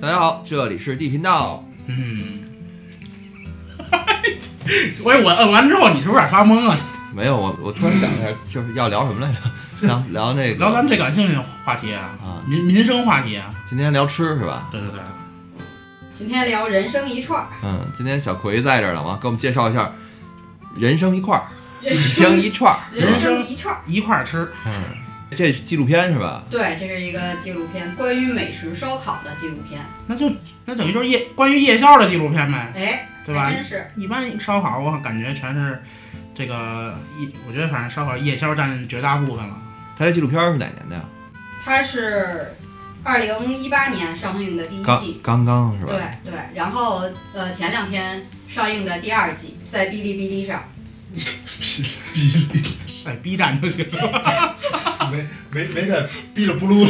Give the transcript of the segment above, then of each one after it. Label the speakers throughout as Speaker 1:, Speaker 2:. Speaker 1: 大家好，这里是 D 频道。
Speaker 2: 喂，嗯我摁完之后，你是不是有点发懵啊？
Speaker 1: 没有我，我突然想起来，就是要聊什么来 着？聊聊那
Speaker 2: 聊咱
Speaker 1: 个
Speaker 2: 们最感兴趣的话题啊，
Speaker 1: 啊，
Speaker 2: 民民生话题啊。
Speaker 1: 今天聊吃是吧？
Speaker 2: 对对对，
Speaker 3: 今天聊人生一串儿，
Speaker 1: 嗯，今天小葵在这儿呢嘛，给我们介绍一下人生一块儿，人生一串儿，
Speaker 3: 人生一串儿。
Speaker 2: 一块儿吃。
Speaker 1: 嗯，这是纪录片是吧？
Speaker 3: 对，这是一个纪录片，关于美食烧烤的纪录片。
Speaker 2: 那就那等于就是夜关于夜宵的纪录片呗，
Speaker 3: 哎，
Speaker 2: 对吧
Speaker 3: 还？真是。
Speaker 2: 一般烧烤我感觉全是这个夜，我觉得反正烧烤夜宵占绝大部分了。
Speaker 1: 他这纪录片是哪年的呀？
Speaker 3: 它是二零一八年上映的第一
Speaker 1: 刚
Speaker 3: 季，
Speaker 1: 刚刚是吧？
Speaker 3: 对对。然后呃，前两天上映的第二季，在哔哩哔哩上。
Speaker 2: 哎，B 站就行了，
Speaker 4: 没没没在哔了咕噜，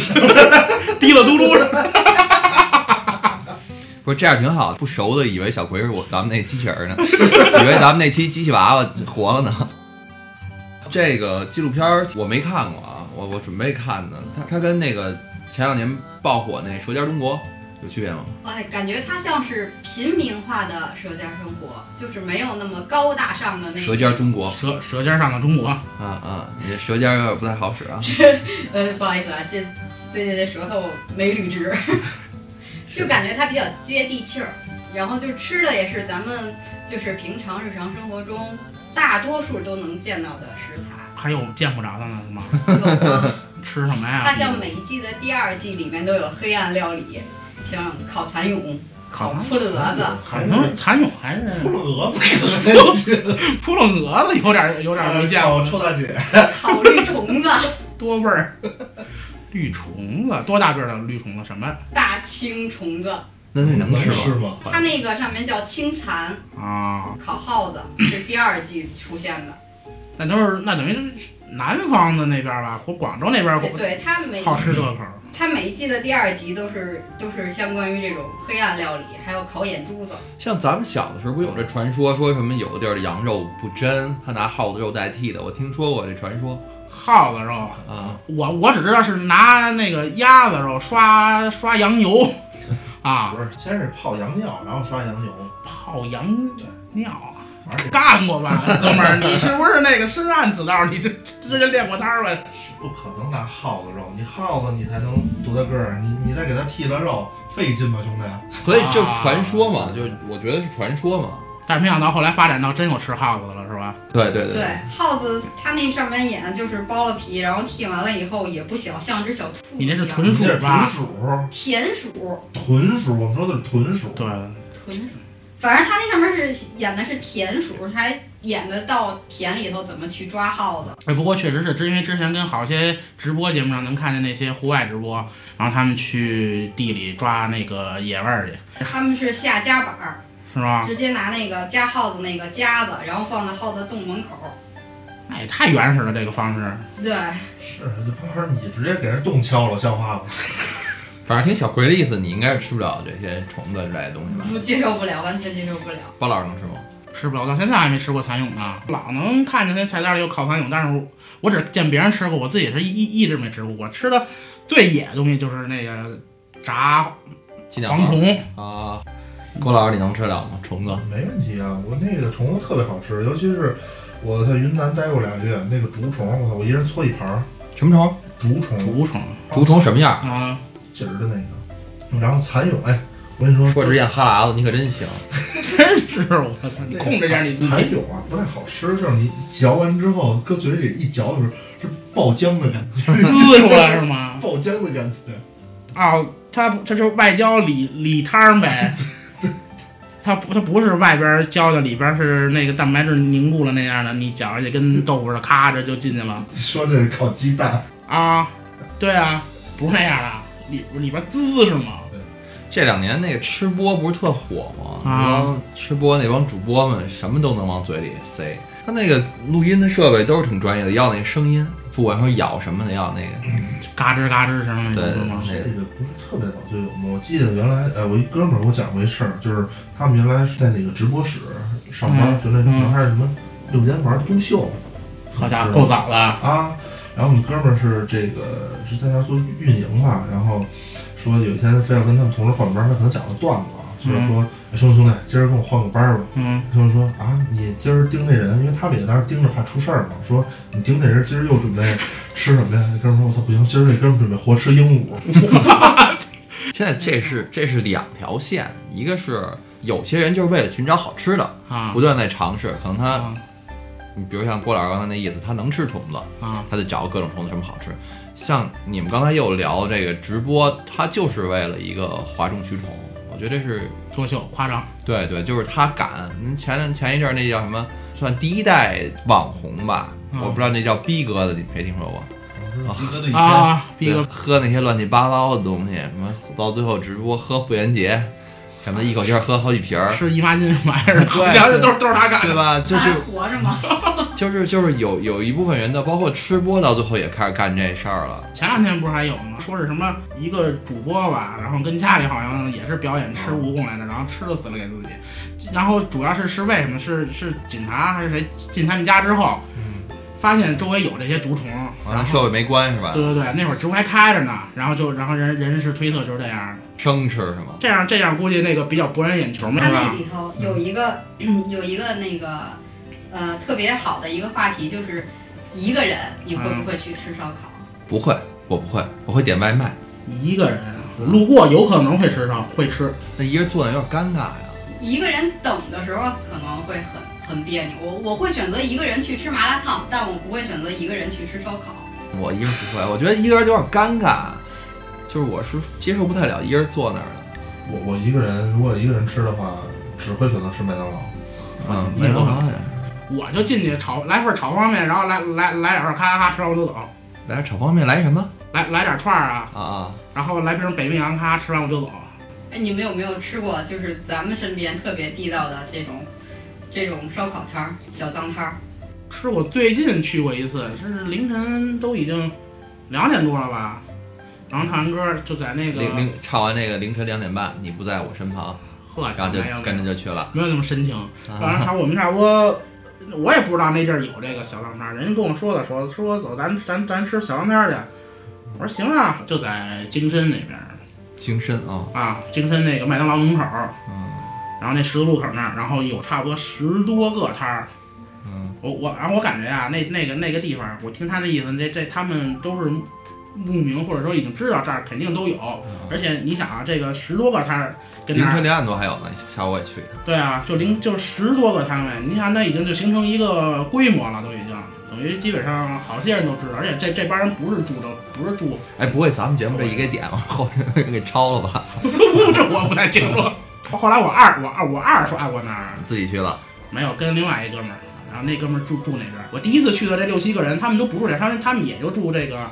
Speaker 2: 滴了嘟噜的。
Speaker 1: 不是这样挺好的，不熟的以为小葵是我咱们那机器人儿呢， 以为咱们那期机器娃娃活了呢。 这个纪录片儿我没看过啊，我我准备看呢。它它跟那个前两年爆火那《舌尖中国》有区别吗？
Speaker 3: 哎，感觉它像是平民化的《舌尖生活》，就是没有那么高大上的
Speaker 1: 《
Speaker 3: 那个
Speaker 1: 舌尖中国》
Speaker 2: 舌舌尖上的中国，
Speaker 1: 啊啊，你这舌尖有点不太好使 啊。
Speaker 3: 呃，不好意思啊，这最近这舌头没捋直， 就感觉它比较接地气儿。然后就是吃的也是咱们就是平常日常生活中大多数都能见到的食材。
Speaker 2: 还有见不着的呢是吗？
Speaker 3: 有吗
Speaker 2: 吃什么呀？
Speaker 3: 它像每一季的第二季里面都有黑暗料理，像烤蚕蛹、烤扑蛾子。
Speaker 2: 还能蚕蛹还是
Speaker 4: 扑棱蛾子，真是
Speaker 2: 扑棱蛾子，有点有点没见过。
Speaker 4: 臭大姐，
Speaker 3: 烤绿虫子、
Speaker 2: 多味儿，绿虫子，多大个儿的绿虫子？什么
Speaker 3: 大青虫子，
Speaker 1: 那那能吃吗？
Speaker 4: 吗？
Speaker 3: 它那个上面叫青蚕，
Speaker 2: 啊？
Speaker 3: 烤耗子是第二季出现的。
Speaker 2: 那都是那等于是南方的那边儿吧，或广州那边
Speaker 3: 对
Speaker 2: 儿
Speaker 3: 对，它每
Speaker 2: 好吃这口儿。
Speaker 3: 它每一季的第二集都是都是相关于这种黑暗料理，还有烤眼珠子。
Speaker 1: 像咱们小的时候不有这传说，说什么有的地儿的羊肉不真，他拿耗子肉代替的，我听说过这传说
Speaker 2: 耗子肉，
Speaker 1: 啊。
Speaker 2: 我我只知道是拿那个鸭子肉刷刷羊 油，啊，
Speaker 4: 不是，先是泡羊尿，然后刷羊油，
Speaker 2: 泡羊尿啊，
Speaker 4: 而且
Speaker 2: 干过吧，哥们儿，你是不是那个深谙此道？你这之前练过摊儿吧？
Speaker 4: 不可能拿耗子肉，你耗子你才能多大个儿，你你再给它剃了肉，费劲吧，兄弟？
Speaker 1: 所以就是传说嘛，就是我觉得是传说嘛。
Speaker 2: 但是没想到后来发展到真有吃耗子的了，是吧？
Speaker 1: 对对对
Speaker 3: 对，耗子它那上半眼就是剥了皮，然后剃完了以后也不小，像只小兔
Speaker 2: 你
Speaker 3: 一
Speaker 2: 那
Speaker 3: 样。
Speaker 2: 是豚
Speaker 4: 你
Speaker 2: 鼠
Speaker 4: 这是豚
Speaker 2: 吧？
Speaker 4: 鼠，
Speaker 3: 田鼠，
Speaker 4: 豚鼠，我们说的是豚鼠，
Speaker 2: 对，
Speaker 3: 豚鼠，反正它那上面是演的是田鼠，它还演的到田里头怎么去抓耗子。
Speaker 2: 哎，不过确实是，之因为之前跟好些直播节目上能看见那些户外直播，然后他们去地里抓那个野味儿去，
Speaker 3: 他们是下夹板儿，
Speaker 2: 是吧？
Speaker 3: 直接拿那个夹耗子那个夹子，然后放在耗子洞门口。
Speaker 2: 那也哎太原始了，这个方式。
Speaker 3: 对，
Speaker 4: 是这不是你直接给人洞敲了，像话吗？
Speaker 1: 反正听小葵的意思，你应该是吃不了这些虫子之类的东西吧？
Speaker 3: 不接受不了，完全接受不了。
Speaker 1: 包老师能吃吗？
Speaker 2: 吃不了，到现在还没吃过蚕蛹呢。老能看见那菜单里有烤蚕蛹，但是我我只见别人吃过，我自己是一一一直没吃过。我吃的最野的东西就是那个炸
Speaker 1: 鸡鸟
Speaker 2: 蝗虫，
Speaker 1: 啊，郭老师你能吃了吗？虫子
Speaker 4: 没问题啊，我那个虫子特别好吃，尤其是我在云南待过俩月，那个竹虫，我操，我一人搓一盘儿
Speaker 1: 什么虫？
Speaker 4: 竹虫，
Speaker 2: 竹虫
Speaker 1: 竹虫什么样？
Speaker 2: 啊，
Speaker 4: 劲儿的那个，然后蚕蛹，哎，我跟你说，
Speaker 1: 说只眼哈喇子，你可真行。
Speaker 2: 真是我操！你控制一下你自
Speaker 4: 蚕
Speaker 2: 己。
Speaker 4: 蛹啊，不太好吃，就是你嚼完之后搁嘴里一嚼的时候是爆浆的感觉，
Speaker 2: 滋出来是吗？
Speaker 4: 爆浆的感觉。
Speaker 2: 啊哦，它它就是外焦里里摊儿呗。它不它不是外边焦的，里边是那个蛋白质凝固了那样的，你搅下去跟豆腐似的，咔着就进去了
Speaker 4: 说这是烤鸡蛋，
Speaker 2: 啊。对啊，不是那样的，里里边滋是吗？
Speaker 1: 这两年那个吃播不是特火吗？
Speaker 2: 啊
Speaker 1: 那帮吃播那帮主播们什么都能往嘴里塞。他那个录音的设备都是挺专业的，要那个声音，不管说咬什么的，要那个。
Speaker 2: 嘎吱嘎吱声那
Speaker 1: 对
Speaker 2: 种是吗？
Speaker 1: 对
Speaker 4: 这个不是特别早就有吗？我记得原来，呃，我一哥们儿给我讲过一事儿，就是他们原来是在那个直播室上班，
Speaker 2: 嗯
Speaker 4: 就那
Speaker 2: 嗯
Speaker 4: 好像还是什么六间玩冬秀
Speaker 2: 好家伙，够早了。
Speaker 4: 啊。然后我们哥们儿是这个是在那儿做运营吧，然后说有一天非要跟他们同事换班，他可能讲个段子啊，就是说，哎兄弟兄弟，今儿跟我换个班儿吧。
Speaker 2: 嗯
Speaker 4: 他们说啊，你今儿盯那人，因为他们也在那儿盯着，怕出事儿嘛。说你盯那人，今儿又准备吃什么呀？那哥们说，我操，不行，今儿这哥们准备活吃 鹦鹉。
Speaker 1: 现在这是这是两条线，一个是有些人就是为了寻找好吃的，
Speaker 2: 啊
Speaker 1: 不断在尝试。可能他，
Speaker 2: 啊
Speaker 1: 你比如像郭老师刚才那意思，他能吃虫子，
Speaker 2: 啊！
Speaker 1: 他得找各种虫子什么好吃。像你们刚才又聊这个直播，他就是为了一个哗众取宠，我觉得这是
Speaker 2: 作秀夸张，
Speaker 1: 对对，就是他敢。您前两前一阵儿那叫什么，算第一代网红吧，
Speaker 2: 嗯
Speaker 1: 我不知道那叫逼哥的，你没听说过？
Speaker 4: 逼嗯哥的一天，
Speaker 2: 啊，逼哥
Speaker 1: 喝那些乱七八糟的东西，什么到最后直播喝傅园洁，什么一口气儿喝好几瓶儿，
Speaker 2: 吃姨妈巾什么玩意儿的，
Speaker 1: 对
Speaker 2: 好像是都是都是他干
Speaker 1: 对
Speaker 2: 的。
Speaker 1: 吧？就
Speaker 3: 他
Speaker 1: 是
Speaker 3: 还活着吗？
Speaker 1: 就是就是有有一部分人的，包括吃播，到最后也开始干这事儿了。
Speaker 2: 前两天不是还有吗？说是什么一个主播吧，然后跟家里好像也是表演吃蜈蚣来着，然后吃了死了给自己。然后主要是是为什么？是是警察还是谁进他们家之后，发现周围有这些毒虫，
Speaker 1: 完了
Speaker 2: 然
Speaker 1: 设
Speaker 2: 后
Speaker 1: 备啊没关是吧
Speaker 2: 对？对对，那会儿直播还开着呢，然后就然后人人是推测就是这样的，
Speaker 1: 生吃是吗？
Speaker 2: 这样这样估计那个比较博人眼球嘛，
Speaker 3: 他
Speaker 2: 是
Speaker 3: 那
Speaker 2: 吧？
Speaker 3: 里头有一个 有一个那个呃特别好的一个话题，就是一个人你会不会去吃烧烤？
Speaker 1: 不会，我不会，我会点外卖。
Speaker 2: 一个人我路过有可能会吃上，会吃，
Speaker 1: 那一个人坐那有点尴尬呀。
Speaker 3: 一个人等的时候可能会很很别扭。我我会选择一个人去吃麻辣烫，但我不会选择一个人去吃烧烤。
Speaker 1: 我一个人不会，我觉得一个人有点尴尬，就是我是接受不太了一个人坐那儿的。
Speaker 4: 我我一个人，如果一个人吃的话，只会选择吃麦当劳。
Speaker 1: 嗯，
Speaker 2: 你也
Speaker 1: 没
Speaker 2: 不
Speaker 1: 办
Speaker 2: 可
Speaker 1: 法
Speaker 2: 能。
Speaker 1: 呀。
Speaker 2: 我就进去炒来份炒方便面，然后来来来两份咔咔咔吃完我就走，
Speaker 1: 来点炒方便面，来什么
Speaker 2: 来来点串儿啊，
Speaker 1: 啊啊？
Speaker 2: 然后来瓶北冰洋咔吃完我就走。
Speaker 3: 哎，你们有没有吃过就是咱们身边特别地道的这种这种烧烤摊儿、小脏摊儿？
Speaker 2: 吃我最近去过一次，是凌晨都已经两点多了吧，然后唱完歌就在那个
Speaker 1: 凌凌唱完那个凌晨两点半，你不在我身旁，
Speaker 2: 呵，
Speaker 1: 然后就
Speaker 2: 啊没有
Speaker 1: 跟着就去了。
Speaker 2: 没有那么深情。然后
Speaker 1: 啊
Speaker 2: 好，我们差不多，我也不知道那地儿有这个小脏摊儿，人家跟我说的，说说走，咱咱咱吃小脏摊儿去。我说行啊，就在京深那边儿
Speaker 1: 精深啊，
Speaker 2: 啊，京深那个麦当劳门口儿，
Speaker 1: 嗯
Speaker 2: 然后那十字路口那儿，然后有差不多十多个摊儿。
Speaker 1: 嗯，
Speaker 2: 我我然后我感觉啊，那那个那个地方，我听他的意思，这这他们都是慕名或者说已经知道这儿肯定都有，而且你想啊，这个十多个摊儿跟
Speaker 1: 嗯凌
Speaker 2: 那
Speaker 1: 晨
Speaker 2: 儿，
Speaker 1: 两点多还有呢，下午我也去一趟。
Speaker 2: 对啊，就零就十多个摊位，你想那已经就形成一个规模了，都已经等于基本上好些人都知道，而且这这帮人不是住的，不是住，
Speaker 1: 哎，不会咱们节目这一个点，往 后面给抄了吧？
Speaker 2: 这我不太清楚。后来我二我二我二刷过那儿，
Speaker 1: 自己去了，
Speaker 2: 没有跟另外一哥们儿，然后那哥们儿住住那边儿。我第一次去的这六七个人，他们都不住这，他们他们也就住这个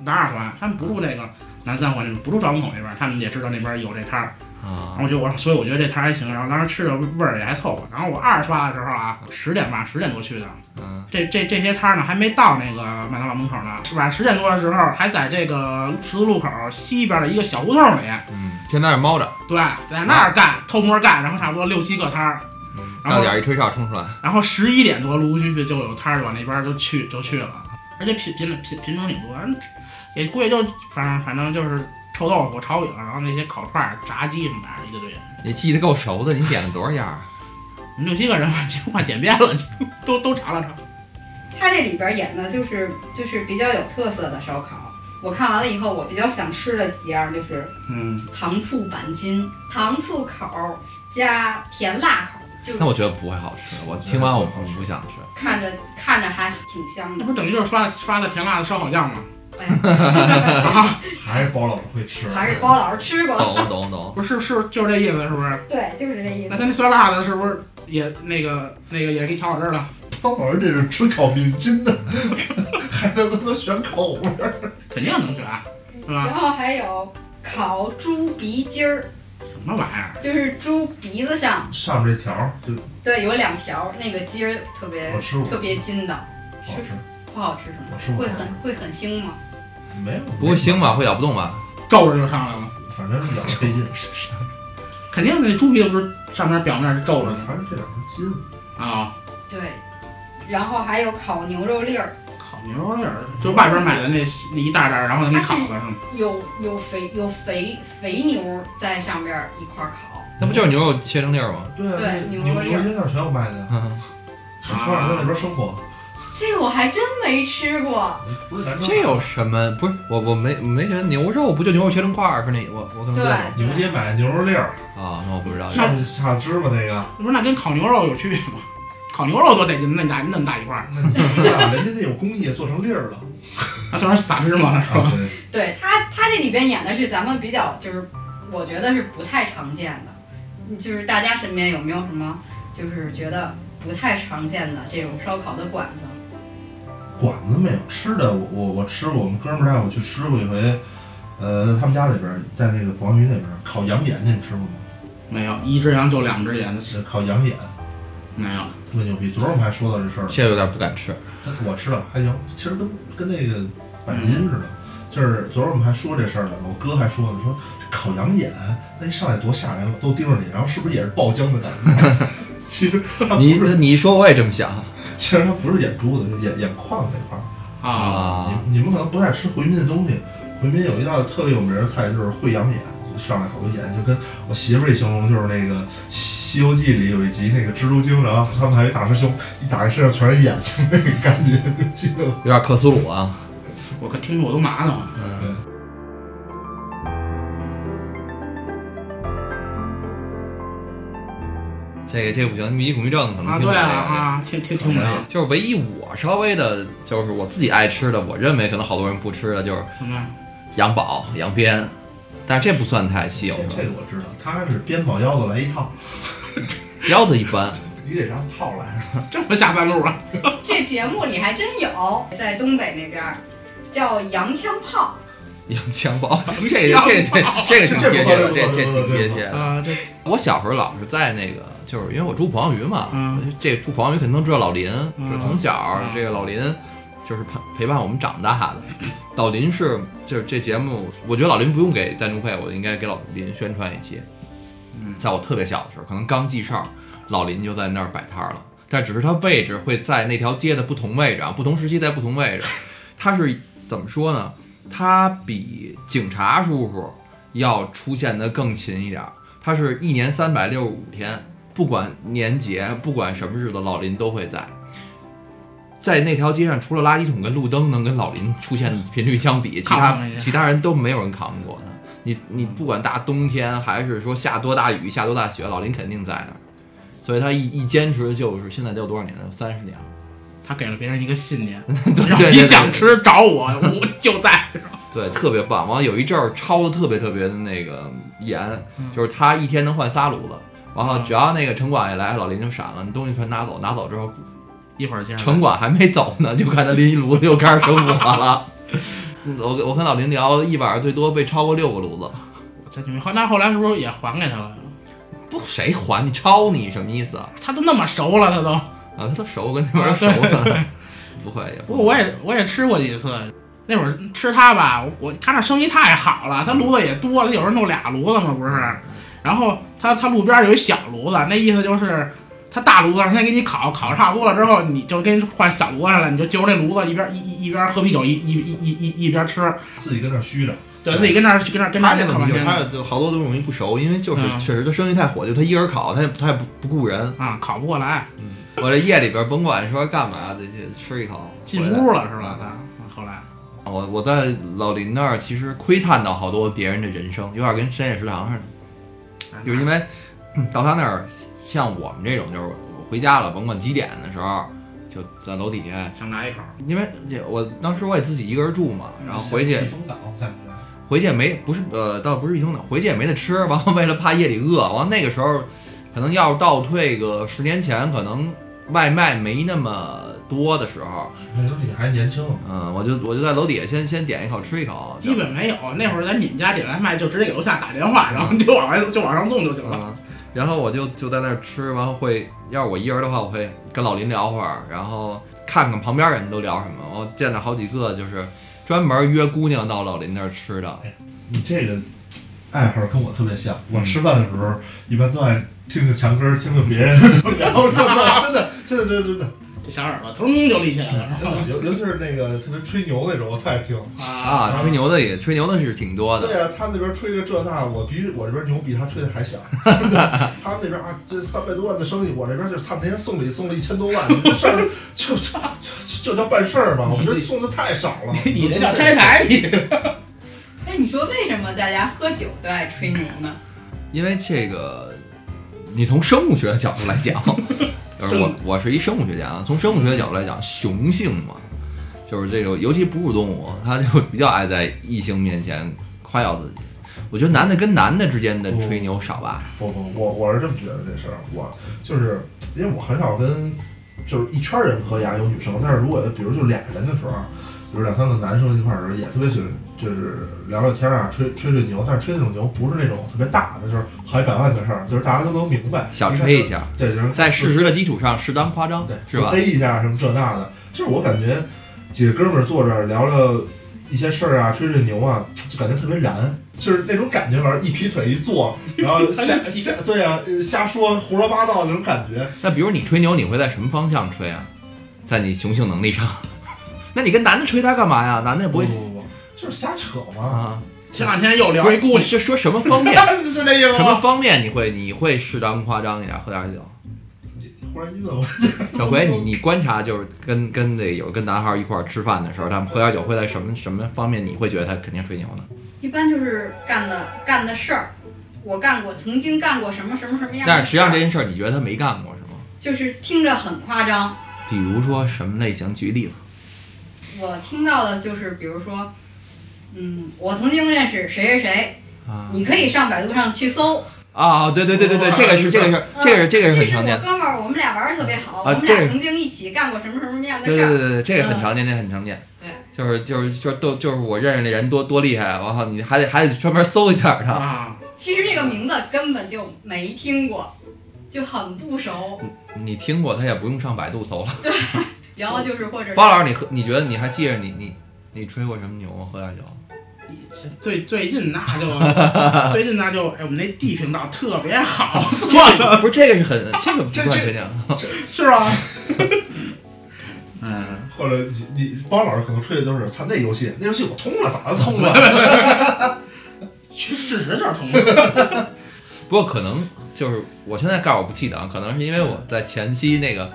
Speaker 2: 南二环，他们不住那个南三环那边，不住赵门口那边儿，他们也知道那边儿有这摊儿。然
Speaker 1: 啊
Speaker 2: 后我就我所以我觉得这摊儿还行，然后当时吃的味儿也还凑合。然后我二刷的时候啊，十点吧，十点多去的，
Speaker 1: 嗯
Speaker 2: 这这这些摊儿呢还没到那个麦当劳门口呢，晚上十点多的时候还在这个十字路口西边的一个小胡同里，
Speaker 1: 嗯，先在那儿猫着，
Speaker 2: 对，在那儿干偷摸干，然后差不多六七个摊儿，然
Speaker 1: 到
Speaker 2: 后
Speaker 1: 点儿一吹哨冲出来。
Speaker 2: 然后十一点多陆陆续续就有摊儿往那边儿就去就去了，而且品品品品种挺多，嗯也估计就反正反正就是臭豆腐、炒饼，然后那些烤串儿、炸鸡什么玩意儿一大堆，
Speaker 1: 你记得够熟的，你点了多少样儿？
Speaker 2: 我们六七个人吧， 几乎快点遍了，都都尝了尝。
Speaker 3: 他这里边演的就是就是比较有特色的烧烤。我看完了以后，我比较想吃的几样就是
Speaker 2: 嗯，
Speaker 3: 糖醋板筋、糖醋口加甜辣口，
Speaker 1: 那
Speaker 3: 就
Speaker 1: 我觉得不会好吃，我听完我不不想吃。
Speaker 3: 看着看着还挺香
Speaker 2: 那
Speaker 3: 的。
Speaker 2: 不等于就是刷刷的甜辣的烧烤酱吗？ 啊
Speaker 3: 哎，
Speaker 4: 还是包老师会吃，
Speaker 3: 还是包老师吃
Speaker 4: 哦
Speaker 3: 过。
Speaker 1: 懂懂懂，
Speaker 2: 不是是不是就是这意思，是不是？
Speaker 3: 对，就是这意
Speaker 2: 那
Speaker 3: 思。
Speaker 2: 他那酸辣的是不是也那个那个也给调我这儿了？
Speaker 4: 包老师这是吃烤面筋 的，还能他妈选口味儿，
Speaker 2: 肯定能选，是吧？
Speaker 3: 然后还有烤猪鼻筋儿，
Speaker 2: 什么玩意儿？
Speaker 3: 就是猪鼻子上，
Speaker 4: 上面这条儿就
Speaker 3: 对，有两条那个筋儿特别
Speaker 4: 我吃过，
Speaker 3: 特别筋道，
Speaker 4: 好吃，
Speaker 3: 不好吃是吗？
Speaker 4: 我吃过，
Speaker 3: 会很会很腥吗？
Speaker 4: 没有，
Speaker 1: 不会腥吧？会咬不动吧？
Speaker 2: 皱着就上来了，
Speaker 4: 反正是咬着费 劲，是是
Speaker 2: 肯定那猪鼻子不是上面表面是皱着的
Speaker 4: 还是这两根筋，
Speaker 2: 啊、
Speaker 3: 对。然后还有烤牛肉粒儿，
Speaker 2: 烤牛肉粒儿，就外边买的那那一大袋儿，然后给你烤了是吗？
Speaker 3: 有有肥有肥肥牛在上边儿一块儿烤，
Speaker 1: 那不就是牛肉切成粒儿吗？
Speaker 4: 对啊，
Speaker 3: 对
Speaker 4: 那
Speaker 3: 牛
Speaker 4: 牛
Speaker 3: 肉粒儿
Speaker 4: 筋那儿全有卖的，
Speaker 1: 嗯
Speaker 4: 我从小在那边生活，
Speaker 3: 这我还真没吃过。
Speaker 4: 不是咱
Speaker 1: 这有什么？不是我我没没觉得牛肉不就牛肉切成块儿是那我我可能
Speaker 3: 对
Speaker 1: 不懂
Speaker 4: 你们得买牛肉粒儿，
Speaker 1: 啊，那我不知道。
Speaker 4: 上次差芝麻那个，
Speaker 2: 你说那跟烤牛肉有区别吗？烤牛肉多得劲，那大那么大一块儿，
Speaker 4: 那你不知道，人家那有工艺做成粒儿了，
Speaker 2: 那算是撒芝麻了是吧？
Speaker 4: 啊对
Speaker 3: 对他，他这里边演的是咱们比较，就是我觉得是不太常见的，嗯就是大家身边有没有什么就是觉得不太常见的这种烧烤的馆子？
Speaker 4: 馆子没有吃的，我我我吃过，我们哥们儿带我去吃过一回，呃，他们家那边儿在那个广宇那边儿烤羊眼，你们吃过吗？
Speaker 2: 没有，一只羊就两只眼，
Speaker 4: 是烤羊眼，
Speaker 2: 没有。
Speaker 4: 特别牛逼。昨儿我们还说到这事儿了，
Speaker 1: 现在有点不敢 吃，
Speaker 4: 但我吃了还行，其实跟跟那个板筋似的。就是昨儿我们还说这事儿来着，我哥还说呢，说这烤羊眼那一上来多吓人，都盯着你，然后是不是也是爆浆的感觉？其实它不
Speaker 1: 你
Speaker 4: 是，
Speaker 1: 你一说我也这么想
Speaker 4: 其实它不是眼珠子，就是眼眼眶这块儿。
Speaker 2: 啊，
Speaker 1: 啊。
Speaker 4: 你你们可能不太吃回民的东西，回民有一道特别有名的菜就是烩羊眼，就上来好多眼，就跟我媳妇儿一形容就是那个《西西游记》里有一集那个蜘蛛精，然后他们还有一大师兄，一打开身上全是眼睛那个感觉，记得吗
Speaker 1: 有点克苏鲁啊，
Speaker 2: 我可听着我都麻疼了。
Speaker 1: 嗯，这个这个不行，迷恐惧症可
Speaker 2: 啊，
Speaker 1: 能听不
Speaker 2: 对
Speaker 1: 了
Speaker 2: 啊
Speaker 1: 这
Speaker 2: 啊，听
Speaker 1: 个。
Speaker 2: 听听不了，
Speaker 1: 就是唯一我稍微的，就是我自己爱吃的，我认为可能好多人不吃的，就是
Speaker 2: 什么呀？
Speaker 1: 羊宝、羊鞭，但是这不算太稀有，是
Speaker 4: 这
Speaker 1: 吧？
Speaker 4: 个我知道，他是边跑腰子来一套，
Speaker 1: 腰子一般，
Speaker 4: 你得让套来。
Speaker 2: 这么下三路啊？
Speaker 3: 这节目里还真有，在东北那边儿叫洋枪炮，
Speaker 1: 羊枪包，这个这个这个这个挺贴切的，这这挺贴切的。
Speaker 2: 啊，这
Speaker 1: 我小时候老是在那个，就是因为我住普王鱼嘛，
Speaker 2: 嗯
Speaker 1: 这住普王鱼肯定都知道老林，
Speaker 2: 嗯
Speaker 1: 就是从小
Speaker 2: 嗯
Speaker 1: 这个老林就是陪陪伴我们长大的。老林是就是这节目，我觉得老林不用给赞助费，我应该给老林宣传一期。
Speaker 2: 嗯
Speaker 1: 在我特别小的时候，可能刚记事儿，老林就在那儿摆摊儿了，但只是他位置会在那条街的不同位置啊，不同时期在不同位置。他是怎么说呢？他比警察叔叔要出现的更勤一点儿，他是一年三百六十五天，不管年节，不管什么日子，老林都会在。在那条街上，除了垃圾桶跟路灯能跟老林出现的频率相比，其
Speaker 2: 扛
Speaker 1: 他
Speaker 2: 上了一下
Speaker 1: 其他人都没有人扛过他。你你不管大冬天还是说下多大雨、下多大雪，老林肯定在那儿。所以他一一坚持就是现在得有多少年了？三十年了。
Speaker 2: 他给了别人一个信念，
Speaker 1: 对
Speaker 2: 然后
Speaker 1: 对
Speaker 2: 你
Speaker 1: 对
Speaker 2: 想吃找我，我就 在。
Speaker 1: 对，特别棒。完了有一阵儿抄的特别特别的那个严，
Speaker 2: 嗯
Speaker 1: 就是他一天能换仨炉子。然后
Speaker 2: 嗯
Speaker 1: 只要那个城管一来，老林就闪了，你东西全拿走。拿走之后，
Speaker 2: 一会儿接着来。
Speaker 1: 城管还没走呢，就看他拎一炉子又开始生火了。 我我跟老林聊，一晚上最多被超过六个炉子。
Speaker 2: 这女后，那后来是不是也还给他了？
Speaker 1: 不，谁还你抄你什么意思啊？
Speaker 2: 他都那么熟了，他都。
Speaker 1: 啊，他都熟，跟那边熟 了，不会也
Speaker 2: 不
Speaker 1: 不
Speaker 2: 过我也我也吃过几次，那会儿吃他吧，我他那生意太好了，他炉子也多，他有时候弄俩炉子嘛，不是？然后他他路边有一小炉子，那意思就是他大炉子上先给你烤，烤差不多了之后，你就给你换小炉子上了，你就就着那炉子一边一一一边喝啤酒，一一一一一一边吃，
Speaker 4: 自己跟那儿虚着，
Speaker 2: 对，自己跟那儿跟那儿跟那
Speaker 1: 他
Speaker 2: 儿
Speaker 1: 这
Speaker 2: 跟
Speaker 1: 个
Speaker 2: 那
Speaker 1: 问
Speaker 2: 烤半
Speaker 1: 题就是
Speaker 2: 天
Speaker 1: 他就好多都容易不熟，因为就是
Speaker 2: 嗯
Speaker 1: 确实他生意太火，就他一人烤，他也他也不不雇人。
Speaker 2: 啊，烤不过来，
Speaker 1: 嗯我这夜里边甭管说干嘛，得去吃一口。
Speaker 2: 进
Speaker 1: 回来
Speaker 2: 屋了是吧？他后来
Speaker 1: 我我在老林那儿其实窥探到好多别人的人生，有点跟深夜食堂似的，就是因为嗯到他那儿，像我们这种就是回家了，甭管几点的时候，就在楼底下，
Speaker 2: 想来一口，
Speaker 1: 因为这我当时我也自己一个人住嘛，然后回去
Speaker 4: 避风港感觉。
Speaker 1: 回去也没不是呃，倒不是避风港，回去也没得吃。完了，为了怕夜里饿，完了那个时候，可能要是倒退个十年前，可能外卖没那么多的时候，
Speaker 4: 那时候你还年轻，
Speaker 1: 嗯，我就我就在楼底下先先点一口吃一口，
Speaker 2: 基本没有。那会儿在你们家点外卖，就直接给楼下打电话，然后就往外就往上送就行了。
Speaker 1: 嗯，然后我就就在那儿吃，完后会要是我一人的话，我会跟老林聊会儿，然后看看旁边人都聊什么。我见着好几个就是专门约姑娘到老林那儿吃的，
Speaker 4: 你这个爱好跟我特别像。
Speaker 1: 嗯
Speaker 4: 我吃饭的时候一般都爱听听强歌，听听别人 聊什么，真的，真的，真的，真的，
Speaker 2: 这小耳朵腾就立起来
Speaker 1: 嗯
Speaker 2: 了，
Speaker 4: 真的，尤尤其是那个特别吹牛那种，我特爱听。
Speaker 2: 啊，
Speaker 1: 啊，吹牛的也吹牛的是挺多
Speaker 4: 对
Speaker 1: 的，
Speaker 4: 呀、啊，他那边吹着这那，我比我这边牛逼，他吹的还响。真的他那边啊，这三百多万的生意，我这边就差每天送礼送了一千多万，这事儿就就就就叫办事儿吧。我们这送的太少了。
Speaker 2: 你这叫拆台，你
Speaker 3: 哎，你说为什么大家喝酒都爱吹牛呢？
Speaker 1: 因为这个你从生物学的角度来讲，就是我我是一生物学家啊，从生物学的角度来讲，雄性嘛，就是这种，尤其哺乳动物，它就比较爱在异性面前夸耀自己。我觉得男的跟男的之间的吹牛少吧，
Speaker 4: 不不，我我是这么觉得这事儿，啊我就是因为我很少跟就是一圈人喝呀，有女生，但是如果比如就俩人的时候，就是两三个男生一块儿也特别喜欢，就是聊聊天啊，吹吹吹牛，但是吹那种牛不是那种特别大的，就是好几百万的事儿，就是大家都能明白，
Speaker 1: 小
Speaker 4: 一看
Speaker 1: 吹
Speaker 4: 就
Speaker 1: 一，下，
Speaker 4: 对，哦就是
Speaker 1: 在事实的基础上适当夸张
Speaker 4: 对，，
Speaker 1: 嗯是吧？
Speaker 4: 黑一下什么这那的，就是我感觉几个哥们儿坐这儿聊聊一些事儿啊，吹吹牛啊，就感觉特别燃，就是那种感觉，好像一劈腿一 坐，然后瞎瞎对啊，呃瞎说胡说八道那种感觉。
Speaker 1: 那比如你吹牛，你会在什么方向吹啊？在你雄性能力上？ 那你跟男的吹他干嘛呀？男的也不会
Speaker 4: 不不，就是瞎扯嘛。
Speaker 1: 啊。
Speaker 2: 前两天又
Speaker 1: 不
Speaker 2: 聊
Speaker 1: 是
Speaker 2: 一姑
Speaker 1: 你
Speaker 2: 娘，
Speaker 1: 是说什么方面？
Speaker 2: 是这意思
Speaker 1: 什么
Speaker 2: 吗？
Speaker 1: 方面你会你会适当夸张一点，喝点酒？
Speaker 4: 忽然一问我，
Speaker 1: 小葵，你你观察就是跟跟那有跟男孩一块儿吃饭的时候，他们喝点酒会在什么什么方面你会觉得他肯定吹牛呢？
Speaker 3: 一般就是干的干的事儿，我干过，曾经干过什么什么什么样的事儿。
Speaker 1: 但是实际上这件事儿你觉得他没干过是吗？
Speaker 3: 就是听着很夸张。
Speaker 1: 比如说什么类型？举例子。
Speaker 3: 我听到的就是，比如说，嗯，我曾经认识谁谁谁，
Speaker 1: 啊
Speaker 3: 你可以上百度上去搜，
Speaker 1: 啊，对对对对对，这个是这个是这个是这个是
Speaker 3: 这
Speaker 1: 很
Speaker 3: 是
Speaker 1: 常见
Speaker 3: 我
Speaker 1: 的，
Speaker 3: 哥们儿，我们俩玩儿特别好，
Speaker 1: 啊
Speaker 3: 我们
Speaker 1: 这
Speaker 3: 俩
Speaker 1: 是
Speaker 3: 曾经一起干过什么什么样的
Speaker 1: 对
Speaker 3: 事
Speaker 1: 对
Speaker 3: 儿。
Speaker 1: 对对，这个很常见，这个很常见。
Speaker 3: 对，
Speaker 1: 就是就是就是都就是我认识的人多多厉害，啊然后你还得还得专门搜一下他。
Speaker 2: 啊，
Speaker 3: 其实这个名字根本就没听过，就很不熟。
Speaker 1: 你听过他也不用上百度搜了。
Speaker 3: 然后就是或者
Speaker 1: 包老师，你喝你觉得你还记着你你你吹过什么牛吗？喝点酒。
Speaker 2: 最最近那就 最近那就哎，我们那 D 频道特别好，
Speaker 1: 不是这个是很这个不算吹牛。
Speaker 2: 是吧？嗯，
Speaker 4: 后来你你包老师可能吹的都是他那游戏，那游戏我通了，咋就
Speaker 2: 通
Speaker 4: 了？
Speaker 2: 了。其实事实就是通了。
Speaker 1: 不过可能就是我现在告诉我不记得啊，可能是因为我在前期那个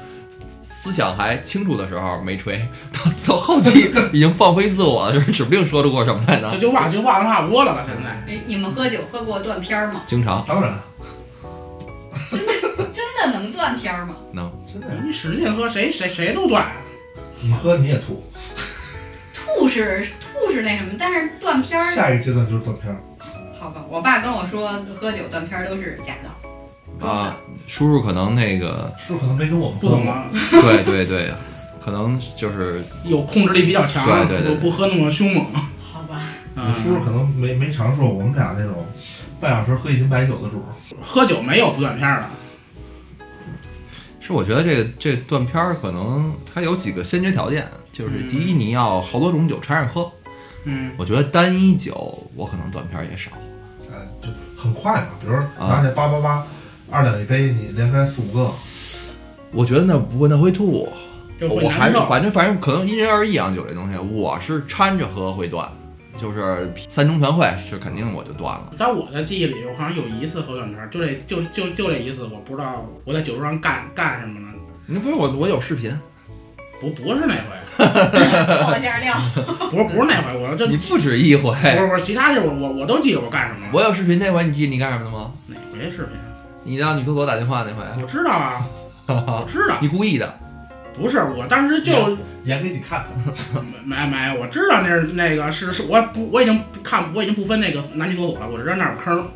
Speaker 1: 思想还清楚的时候没吹，到到后期已经放飞自我了，就是指不定说出过什么来
Speaker 2: 这
Speaker 1: 呢。
Speaker 2: 就话就话的话窝了吧？现在
Speaker 3: 哎，你们喝酒喝过断片儿吗？
Speaker 1: 经常
Speaker 4: 当然，
Speaker 3: 真的能断片儿吗？
Speaker 1: 能
Speaker 4: 真的，
Speaker 2: 你使劲喝，谁谁谁都断。
Speaker 4: 你喝你也吐。
Speaker 3: 吐是吐是那什么，但是断片儿
Speaker 4: 下一个阶段就是断片儿，
Speaker 3: 好吧，我爸跟我说喝酒断片儿都是假的。
Speaker 1: 啊，叔叔可能那个
Speaker 4: 是不是可能没跟我们
Speaker 2: 不
Speaker 4: 喝
Speaker 2: 怎
Speaker 4: 过。
Speaker 2: 么
Speaker 1: 对对对，可能就是
Speaker 2: 有控制力比较强，
Speaker 1: 对对对对
Speaker 2: 不不喝那么凶猛。
Speaker 3: 好 吧，
Speaker 4: 你叔叔可能没没尝试过我们俩那种半小时喝一斤白酒的主儿。
Speaker 2: 嗯喝酒没有不断片儿的，
Speaker 1: 是我觉得这个这断片儿可能它有几个先决条件，就是第一你要好多种酒掺着喝，
Speaker 2: 嗯，
Speaker 1: 我觉得单一酒我可能断片儿也少。
Speaker 4: 呃，就很快嘛，比如拿那八八八二两一杯，你连开四五个，
Speaker 1: 我觉得那不那会吐，
Speaker 2: 就会
Speaker 1: 我还
Speaker 2: 难
Speaker 1: 是
Speaker 2: 受。
Speaker 1: 反正反正可能因人而异啊，酒这东西，我是掺着喝会断，就是三中全会是肯定我就断了。
Speaker 2: 在我的记忆里，我好像有一次喝断片儿，就这就就就这一次，我不知道我在酒桌上干干什么了，
Speaker 1: 你不是我我有视频，
Speaker 2: 不不是那回，啊
Speaker 3: 爆一下料。
Speaker 2: 不是不是那回，我 这
Speaker 1: 你不止一回，
Speaker 2: 不是不是其他地儿我我我都记得我干什么了，
Speaker 1: 我有视频那回你记得你干什么了吗？
Speaker 2: 哪回视频？
Speaker 1: 你让女厕所打电话那回，
Speaker 2: 我知道啊，我知道，
Speaker 1: 你故意的，
Speaker 2: 不是，我当时 就
Speaker 4: 演给你看，
Speaker 2: 没没，我知道那是那个是是，我不我已经不看我已经不分那个男女厕所了，我就知道那儿有坑，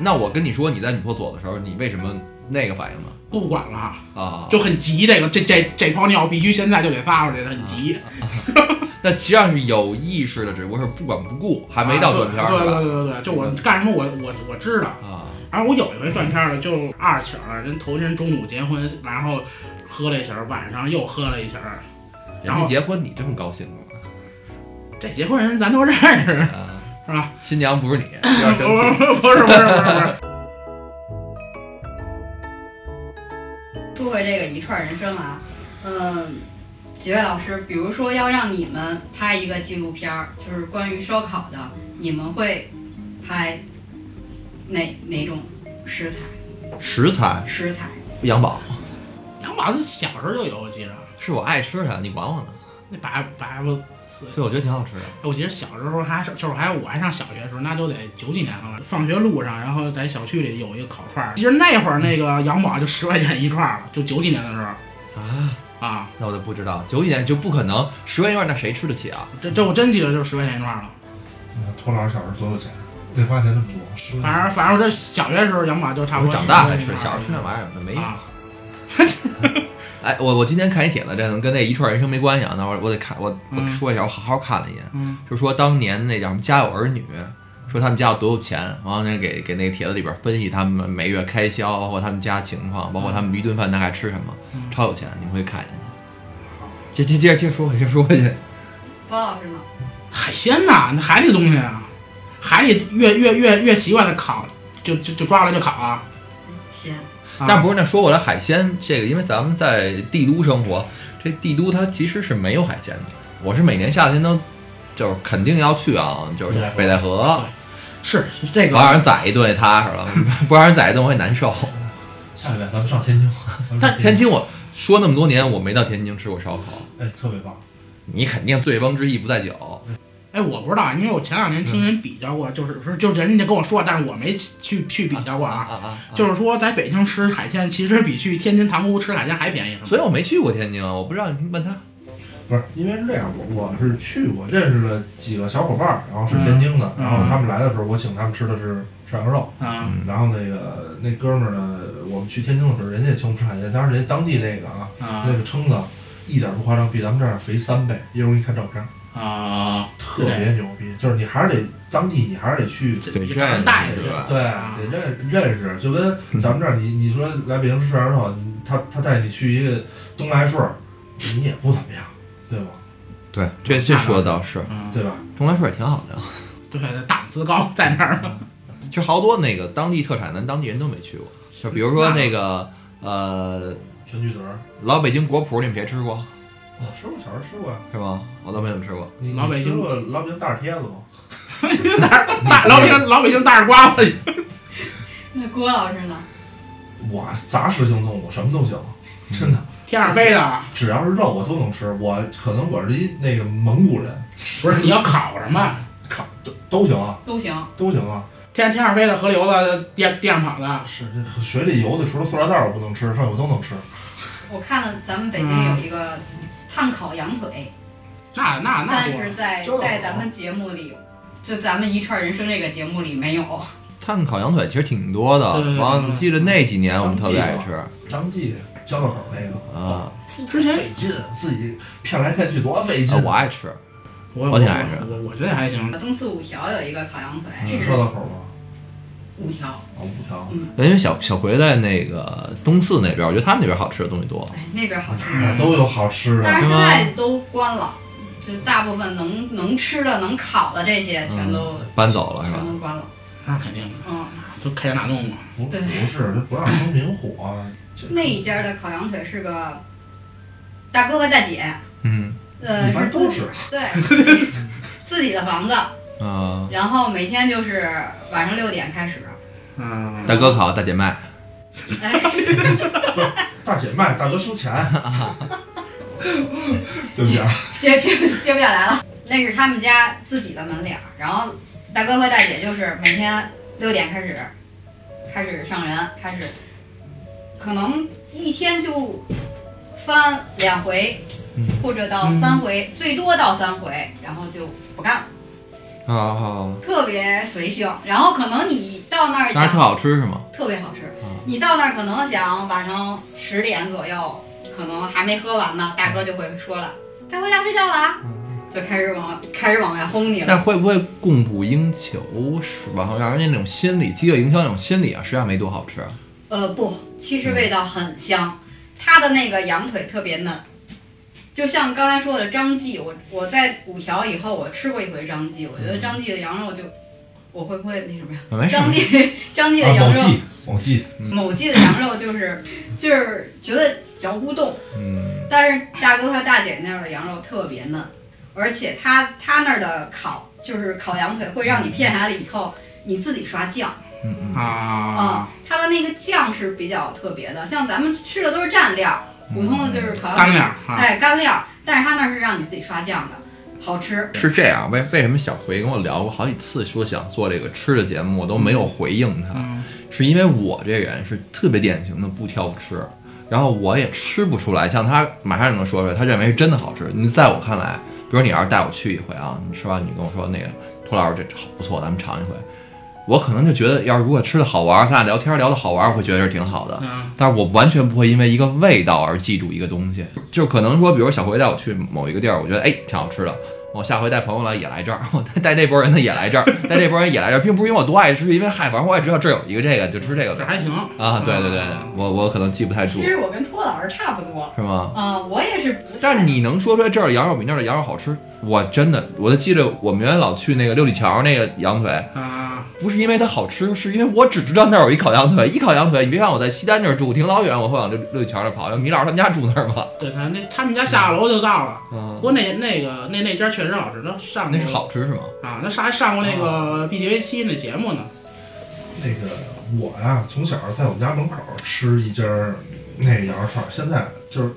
Speaker 1: 那我跟你说，你在女厕所的时候，你为什么那个反应呢？
Speaker 2: 不管了，
Speaker 1: 啊，
Speaker 2: 就很急。这个这这这泡尿必须现在就得撒出去，很急。
Speaker 1: 啊那实际上是有意识的，只不过是不管不顾，还没到断片儿，
Speaker 2: 啊对
Speaker 1: 是吧
Speaker 2: 对对对对，就我干什么我我我知道。
Speaker 1: 啊，
Speaker 2: 然后我有一回断片儿了，就二宿儿，人头天中午结婚，然后喝了一宿儿，晚上又喝了一宿儿。
Speaker 1: 人
Speaker 2: 然
Speaker 1: 家
Speaker 2: 后
Speaker 1: 结婚你这么高兴吗？
Speaker 2: 这结婚人咱都认识，
Speaker 1: 啊，
Speaker 2: 是吧？哦
Speaker 1: 新娘不是你，有 点
Speaker 2: 不
Speaker 1: 生气。
Speaker 2: 是不是不是不是，
Speaker 3: 说回这个一串人生啊，嗯，几位老师，比如说要让你们拍一个纪录片儿，就是关于烧烤的，你们会拍哪哪种食材？
Speaker 1: 食材
Speaker 3: 食材？
Speaker 1: 羊宝
Speaker 2: 杨宝子小时候就有，我记着
Speaker 1: 是我爱吃的，你管我呢？
Speaker 2: 那白白不四
Speaker 1: 对，我觉得挺好吃的。
Speaker 2: 我记得小时候还是就是还我还上小学的时候，那都得九几年了吧。放学路上，然后在小区里有一个烤串儿，其实那会儿那个羊宝就十块钱一串儿了，就九几年的时候
Speaker 1: 啊，
Speaker 2: 啊，
Speaker 1: 那我就不知道，九几年就不可能十元一串，那谁吃得起啊？
Speaker 2: 这这我真记得就是十块钱一串儿了。
Speaker 4: 你看托老师小时候多有钱，没花钱那么多，是
Speaker 2: 反正反正我这小学的时候羊宝就差不
Speaker 1: 我
Speaker 2: 多。
Speaker 1: 长大才吃，小时候吃那玩意儿那没
Speaker 2: 意。啊，
Speaker 1: 哎，我我今天看一帖子，这可能跟那一串人生没关系啊。那我我得看，我我
Speaker 2: 嗯
Speaker 1: 说一下，我好好看了一眼，
Speaker 2: 嗯，
Speaker 1: 就说当年那叫什么《家有儿女》，说他们家有多有钱，然后那给给那个帖子里边分析他们每月开销，包括他们家情况，包括他们一顿饭大概吃什么，
Speaker 2: 嗯
Speaker 1: 超有钱，你们会看一眼。接接接着接着说回去，接着说回去。
Speaker 3: 包老师呢？
Speaker 2: 海鲜呐，那海里东西啊，海里越越越越习惯的烤，就就就抓过来就烤啊。
Speaker 3: 先
Speaker 2: 啊
Speaker 1: 但不是，那说回来海鲜这个，因为咱们在帝都生活，这帝都它其实是没有海鲜的。我是每年夏天都，就是肯定要去啊，就是北戴河，
Speaker 2: 是是这
Speaker 4: 啊
Speaker 1: 老让
Speaker 2: 个，
Speaker 1: 人宰一顿也踏实了，不让人宰一顿我也难受。
Speaker 4: 下礼拜咱们上天津，咱们上
Speaker 1: 天，津我说那么多年，我没到天津吃过烧烤，
Speaker 4: 哎，特别棒。
Speaker 1: 你肯定醉翁之意不在酒。
Speaker 2: 哎，我不知道，因为我前两年听人比较过，就是不是就人家跟我说，但是我没去去比较过啊。
Speaker 1: 啊就
Speaker 2: 就是说，在北京吃海鲜，其实比去天津塘沽湖吃海鲜还便宜，是吗？
Speaker 1: 所以我没去过天津，我不知道你问他。
Speaker 4: 不是，因为是这样，我我是去过，认识了几个小伙伴儿，然后是天津的，
Speaker 2: 嗯
Speaker 4: 然后他们来的时候，我请他们吃的是涮羊肉，
Speaker 2: 啊，
Speaker 1: 嗯
Speaker 4: 然后那个那哥们儿呢，我们去天津的时候，人家也请我们吃海鲜，当然人家当地那个啊，
Speaker 2: 啊
Speaker 4: 那个蛏子一点不夸张，比咱们这儿肥三倍，一会儿我给你看照片，
Speaker 2: 啊，
Speaker 4: 特别牛逼，就是你还是得当地，你还是得去。
Speaker 2: 这
Speaker 1: 对
Speaker 2: 这让人带着啊
Speaker 1: 对吧
Speaker 4: 对，得认认识，就跟咱们这儿，你你说来北京吃涮羊肉，你他他带你去一个东来顺儿，你也不怎么样，对吧？
Speaker 1: 对，这这说的倒是，
Speaker 2: 嗯，
Speaker 4: 对吧？
Speaker 1: 东来顺也挺好的，
Speaker 2: 对，档次高在那儿。
Speaker 1: 其实好多那个当地特产，咱当地人都没去过。就比如说那个呃，
Speaker 4: 全聚德儿，
Speaker 1: 老北京果脯，你们谁吃过
Speaker 4: 我吃过，小时候吃过呀。
Speaker 1: 是吗？我都没怎么吃过。
Speaker 4: 你
Speaker 2: 老北
Speaker 4: 你吃
Speaker 2: 京
Speaker 4: 过老北京大耳贴子吗？
Speaker 2: 哪儿 大老北京老北京大耳刮子，
Speaker 3: 那郭老师呢？
Speaker 4: 我杂食性动物，什么都行，
Speaker 2: 嗯
Speaker 4: 真的，
Speaker 2: 天上飞的。啊
Speaker 4: 只要是肉我都能吃。我可能我是一那个蒙古人，
Speaker 2: 不是你要烤什么？
Speaker 4: 靠，都都行啊，
Speaker 3: 都行。
Speaker 4: 都行啊。
Speaker 2: 天天上飞的、河流的、地地上跑的，
Speaker 4: 是这水里游的，除了塑料袋儿我不能吃，剩下我都能吃。
Speaker 3: 我看了咱们北京
Speaker 2: 嗯
Speaker 3: 有一个炭烤羊腿，
Speaker 2: 那那啊那
Speaker 3: 但
Speaker 2: 多
Speaker 3: 是在
Speaker 4: 这
Speaker 3: 在咱们节目里，就咱们一串人生这个节目里没有。
Speaker 1: 炭烤羊腿其实挺多的，
Speaker 2: 对对对
Speaker 1: 完
Speaker 2: 对
Speaker 1: 了
Speaker 2: 对
Speaker 1: 记得那几年我们特别爱吃
Speaker 4: 张继交道口那个
Speaker 1: 啊，
Speaker 2: 之
Speaker 3: 嗯
Speaker 2: 前
Speaker 4: 费劲，自己骗来骗去多费劲
Speaker 1: 啊。我爱吃。
Speaker 2: 我
Speaker 1: 我挺爱吃
Speaker 2: 我我觉得还行。
Speaker 3: 东四五条有一个烤羊腿，这
Speaker 2: 嗯
Speaker 4: 你
Speaker 3: 是
Speaker 4: 车道口吗？
Speaker 3: 五条。
Speaker 4: 啊，五条。
Speaker 3: 嗯，
Speaker 1: 因为小小葵在那个东四那边，我觉得他们那边好吃的东西多。
Speaker 3: 哎，那边好吃，
Speaker 4: 哪儿都有好吃的
Speaker 3: 但，是现在都关了，就大部分能能吃的、能烤的这些全都、
Speaker 1: 搬走嗯了是吧
Speaker 3: 全？都关了。
Speaker 2: 那肯定的，
Speaker 3: 嗯，
Speaker 2: 就开疆大弄嘛。
Speaker 4: 不
Speaker 3: 对
Speaker 4: 不是这不让生明火啊，这
Speaker 3: 那一家的烤羊腿是个大哥和大姐，
Speaker 1: 嗯
Speaker 3: 呃，
Speaker 4: 一般
Speaker 3: 是
Speaker 4: 都
Speaker 3: 自己
Speaker 4: 是。
Speaker 3: 对自己的房子，
Speaker 1: 啊，
Speaker 3: 然后每天就是晚上六点开始。
Speaker 2: 嗯，
Speaker 1: 大哥烤，大姐卖。
Speaker 3: 哎，
Speaker 4: 大姐卖，大哥收 钱。对不起啊，
Speaker 3: 接接接不下来了。那是他们家自己的门脸儿，然后大哥和大姐就是每天六点开始，开始上人，开始，可能一天就翻两回
Speaker 1: 嗯
Speaker 3: 或者到三回，最多到三回，然后就不干
Speaker 1: 啊
Speaker 3: 了，
Speaker 1: 啊，
Speaker 3: 特别随性。然后可能你到那儿
Speaker 1: 但是特
Speaker 3: 想
Speaker 1: 好吃是吗？
Speaker 3: 特别好吃
Speaker 1: 嗯，
Speaker 3: 你到那儿可能想晚上十点左右，可能还没喝完呢，大哥就会说了，该回家睡觉了啊，
Speaker 1: 嗯
Speaker 3: 就开始往开始往外轰你了。
Speaker 1: 但会不会供不应求是吧？让人家那种心理，饥饿营销那种心理啊，实际上没多好吃啊。
Speaker 3: 呃，不，其实味道很香，它的那个羊腿特别嫩，就像刚才说的张记，我我在五条以后我吃过一回张记，我觉得张记的羊肉就，我会不会那什么呀？
Speaker 1: 没事，
Speaker 3: 张记张记的
Speaker 4: 啊，某
Speaker 3: 羊肉，
Speaker 4: 记某记，
Speaker 3: 某记的羊肉就是就是觉得嚼不动，
Speaker 1: 嗯，
Speaker 3: 但是大哥和大姐那儿的羊肉特别嫩，而且他他那儿的烤就是烤羊腿会让你片下来以后你自己刷酱。
Speaker 1: 嗯嗯
Speaker 2: 啊
Speaker 3: 啊，，它的那个酱是比较特别的，像咱们吃的都是蘸料，普通的就是烤羊腿
Speaker 2: 干粮啊，
Speaker 3: 哎干料，但是它那是让你自己刷酱的，好吃。
Speaker 1: 是这样，为为什么小葵跟我聊过好几次，说想做这个吃的节目，我都没有回应他，
Speaker 2: 嗯，
Speaker 1: 是因为我这人是特别典型的不挑不吃，然后我也吃不出来，像他马上就能说出来，他认为是真的好吃。你在我看来，比如你要是带我去一回啊，你吃完你跟我说那个涂老师这好不错，咱们尝一回，我可能就觉得要是如果吃的好玩，咱俩聊天聊的好玩，我会觉得是挺好的。
Speaker 2: 嗯
Speaker 1: 但是我完全不会因为一个味道而记住一个东西，就可能说，比如小葵带我去某一个地儿，我觉得哎挺好吃的，我下回带朋友来也来这儿，我带带这波人呢也来这儿， 带这波人也来这儿，并不是因为我多爱吃，因为嗨，反正我也知道这儿有一个这个，就吃这个
Speaker 2: 这
Speaker 1: 呗。
Speaker 2: 还行
Speaker 1: 啊，对对对，
Speaker 2: 嗯
Speaker 1: 我我可能记不太住
Speaker 3: 其，实我跟托老师差不多，
Speaker 1: 是吗？
Speaker 3: 啊、我也是不太。
Speaker 1: 但是你能说出来这儿的羊肉比那儿的羊肉好吃，我真的，我就记得我们原来老去那个六里桥那个羊腿，
Speaker 2: 啊，
Speaker 1: 不是因为它好吃，是因为我只知道那儿有一烤羊腿，一烤羊腿。你别看我在西单这儿住，挺老远，我会往六六里桥那儿跑。要米老师他们家住那儿吗？
Speaker 2: 对，反正那他们家下楼就到了。不
Speaker 1: 嗯，
Speaker 2: 过那那个那那家确实好哦吃，那上过
Speaker 1: 那是好吃是吗？
Speaker 2: 啊，那上还上过那个 BTV 七那节目呢。
Speaker 4: 那个我呀，从小在我们家门口吃一家儿那个羊肉串儿，现在就是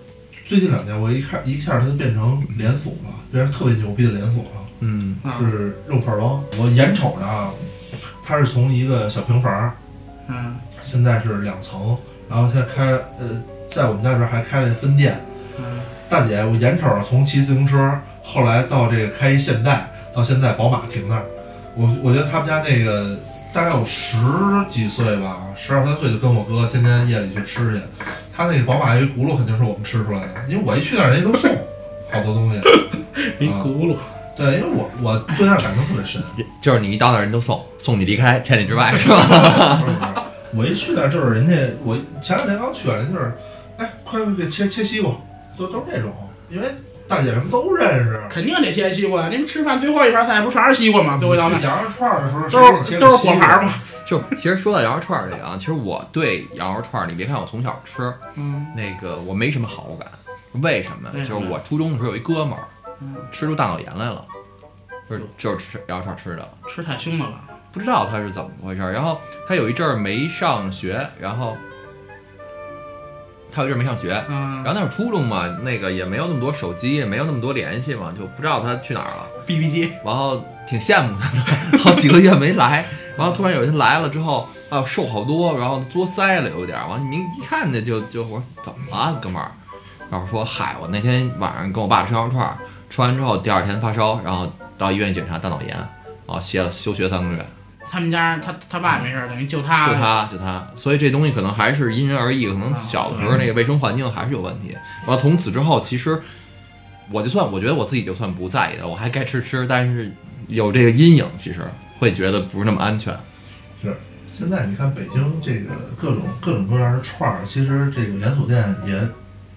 Speaker 4: 最近两年，我一看一下它就变成连锁了，变成特别牛逼的连锁了。
Speaker 1: 嗯
Speaker 2: 啊，
Speaker 4: 是肉串王。我眼瞅着啊，它是从一个小平房，
Speaker 2: 嗯
Speaker 4: 现在是两层，然后现在开呃，在我们家这边还开了分店。
Speaker 2: 嗯，
Speaker 4: 大姐，我眼瞅着从骑自行车，后来到这个开一现代，到现在宝马停那儿，我我觉得他们家那个大概有十几岁吧，十二三岁就跟我哥天天夜里去吃去，他那个宝马一轱辘肯定是我们吃出来的，因为我一去那儿人家都送好多 东西，啊
Speaker 2: 一轱辘。
Speaker 4: 对，因为我我对那儿感情特 别深。
Speaker 1: 就是你一到那儿人都送，送你离开，千里之外是吧？
Speaker 4: 不是不是我一去那儿就是人家，我前两天刚去啊完，人就是，哎，快快给切切西瓜，都都是这种，因为大姐什么都认识。啊
Speaker 2: 肯定得切西瓜，你们吃饭最后一盘菜不全是西瓜吗？最后一道
Speaker 4: 去
Speaker 2: 菜
Speaker 4: 羊肉串儿的时候，谁
Speaker 2: 都
Speaker 4: 给
Speaker 2: 是
Speaker 4: 切
Speaker 2: 都
Speaker 4: 个啊
Speaker 2: 是
Speaker 4: 西瓜
Speaker 2: 果盘嘛。
Speaker 1: 就其实说到羊肉串儿这个啊，其实我对羊肉串儿，你别看我从小吃
Speaker 2: 嗯
Speaker 1: 那个，我没什么好感。为什么？
Speaker 2: 为
Speaker 1: 就
Speaker 2: 什
Speaker 1: 是
Speaker 2: 么
Speaker 1: 我初中的时候有一哥们儿
Speaker 2: 嗯，
Speaker 1: 吃出大脑炎来了，就是就是吃羊肉串儿吃的。
Speaker 2: 吃太凶了吧？
Speaker 1: 不知道他是怎么回事儿。然后他有一阵儿没上学，然后他有一阵儿没上学，
Speaker 2: 嗯
Speaker 1: 然后那会儿初中嘛，那个也没有那么多手机，也没有那么多联系嘛，就不知道他去哪儿了。
Speaker 2: ，B B 机
Speaker 1: 然后挺羡慕他的，好几个月没来，然后突然有一天来了之后，啊，瘦好多，然后作腮了有点儿，完你一看这就就我说怎么了，哥们儿？然后说嗨，我那天晚上跟我爸吃羊肉串儿，吃完之后第二天发烧，然后到医院检查大脑炎，然后歇了休学三个月。
Speaker 2: 他们家他他爸也没事儿，等于就他啊
Speaker 1: 就他，就他，所以这东西可能还是因人而异，可能小
Speaker 2: 嗯
Speaker 1: 的时候那个卫生环境还是有问题。然后从此之后，其实我就算我觉得我自己就算不在意了，我还该吃吃，但是有这个阴影，其实会觉得不是那么安全。
Speaker 4: 现在你看北京这个各种各种各样的串儿，其实这个连锁店也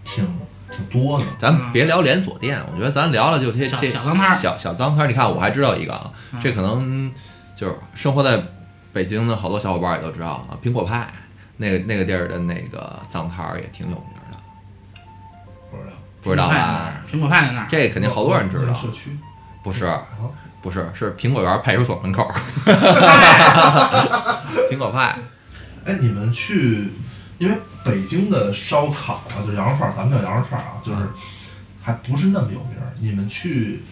Speaker 4: 挺挺多的。
Speaker 1: 咱别聊连锁店，我觉得咱聊聊就这
Speaker 2: 嗯小
Speaker 1: 这
Speaker 2: 小脏摊儿
Speaker 1: 小小脏摊儿。你看，我还知道一个啊，
Speaker 2: 嗯
Speaker 1: 这可能就是生活在北京的好多小伙伴也都知道啊，苹果派那个那个地儿的那个脏摊儿也挺有名的，
Speaker 4: 不知道
Speaker 1: 不知道啊吧？？
Speaker 2: 苹果派在那儿，
Speaker 1: 这肯定好多人知
Speaker 2: 嗯
Speaker 1: 道，
Speaker 4: 社区
Speaker 1: 不是？
Speaker 4: 啊，
Speaker 1: 不是，是苹果园派出所门口， 苹果派。
Speaker 4: 哎，你们去，因为北京的烧烤啊，就是羊肉串，儿，咱们叫羊肉串儿啊，就是还不是那么有名儿。你们去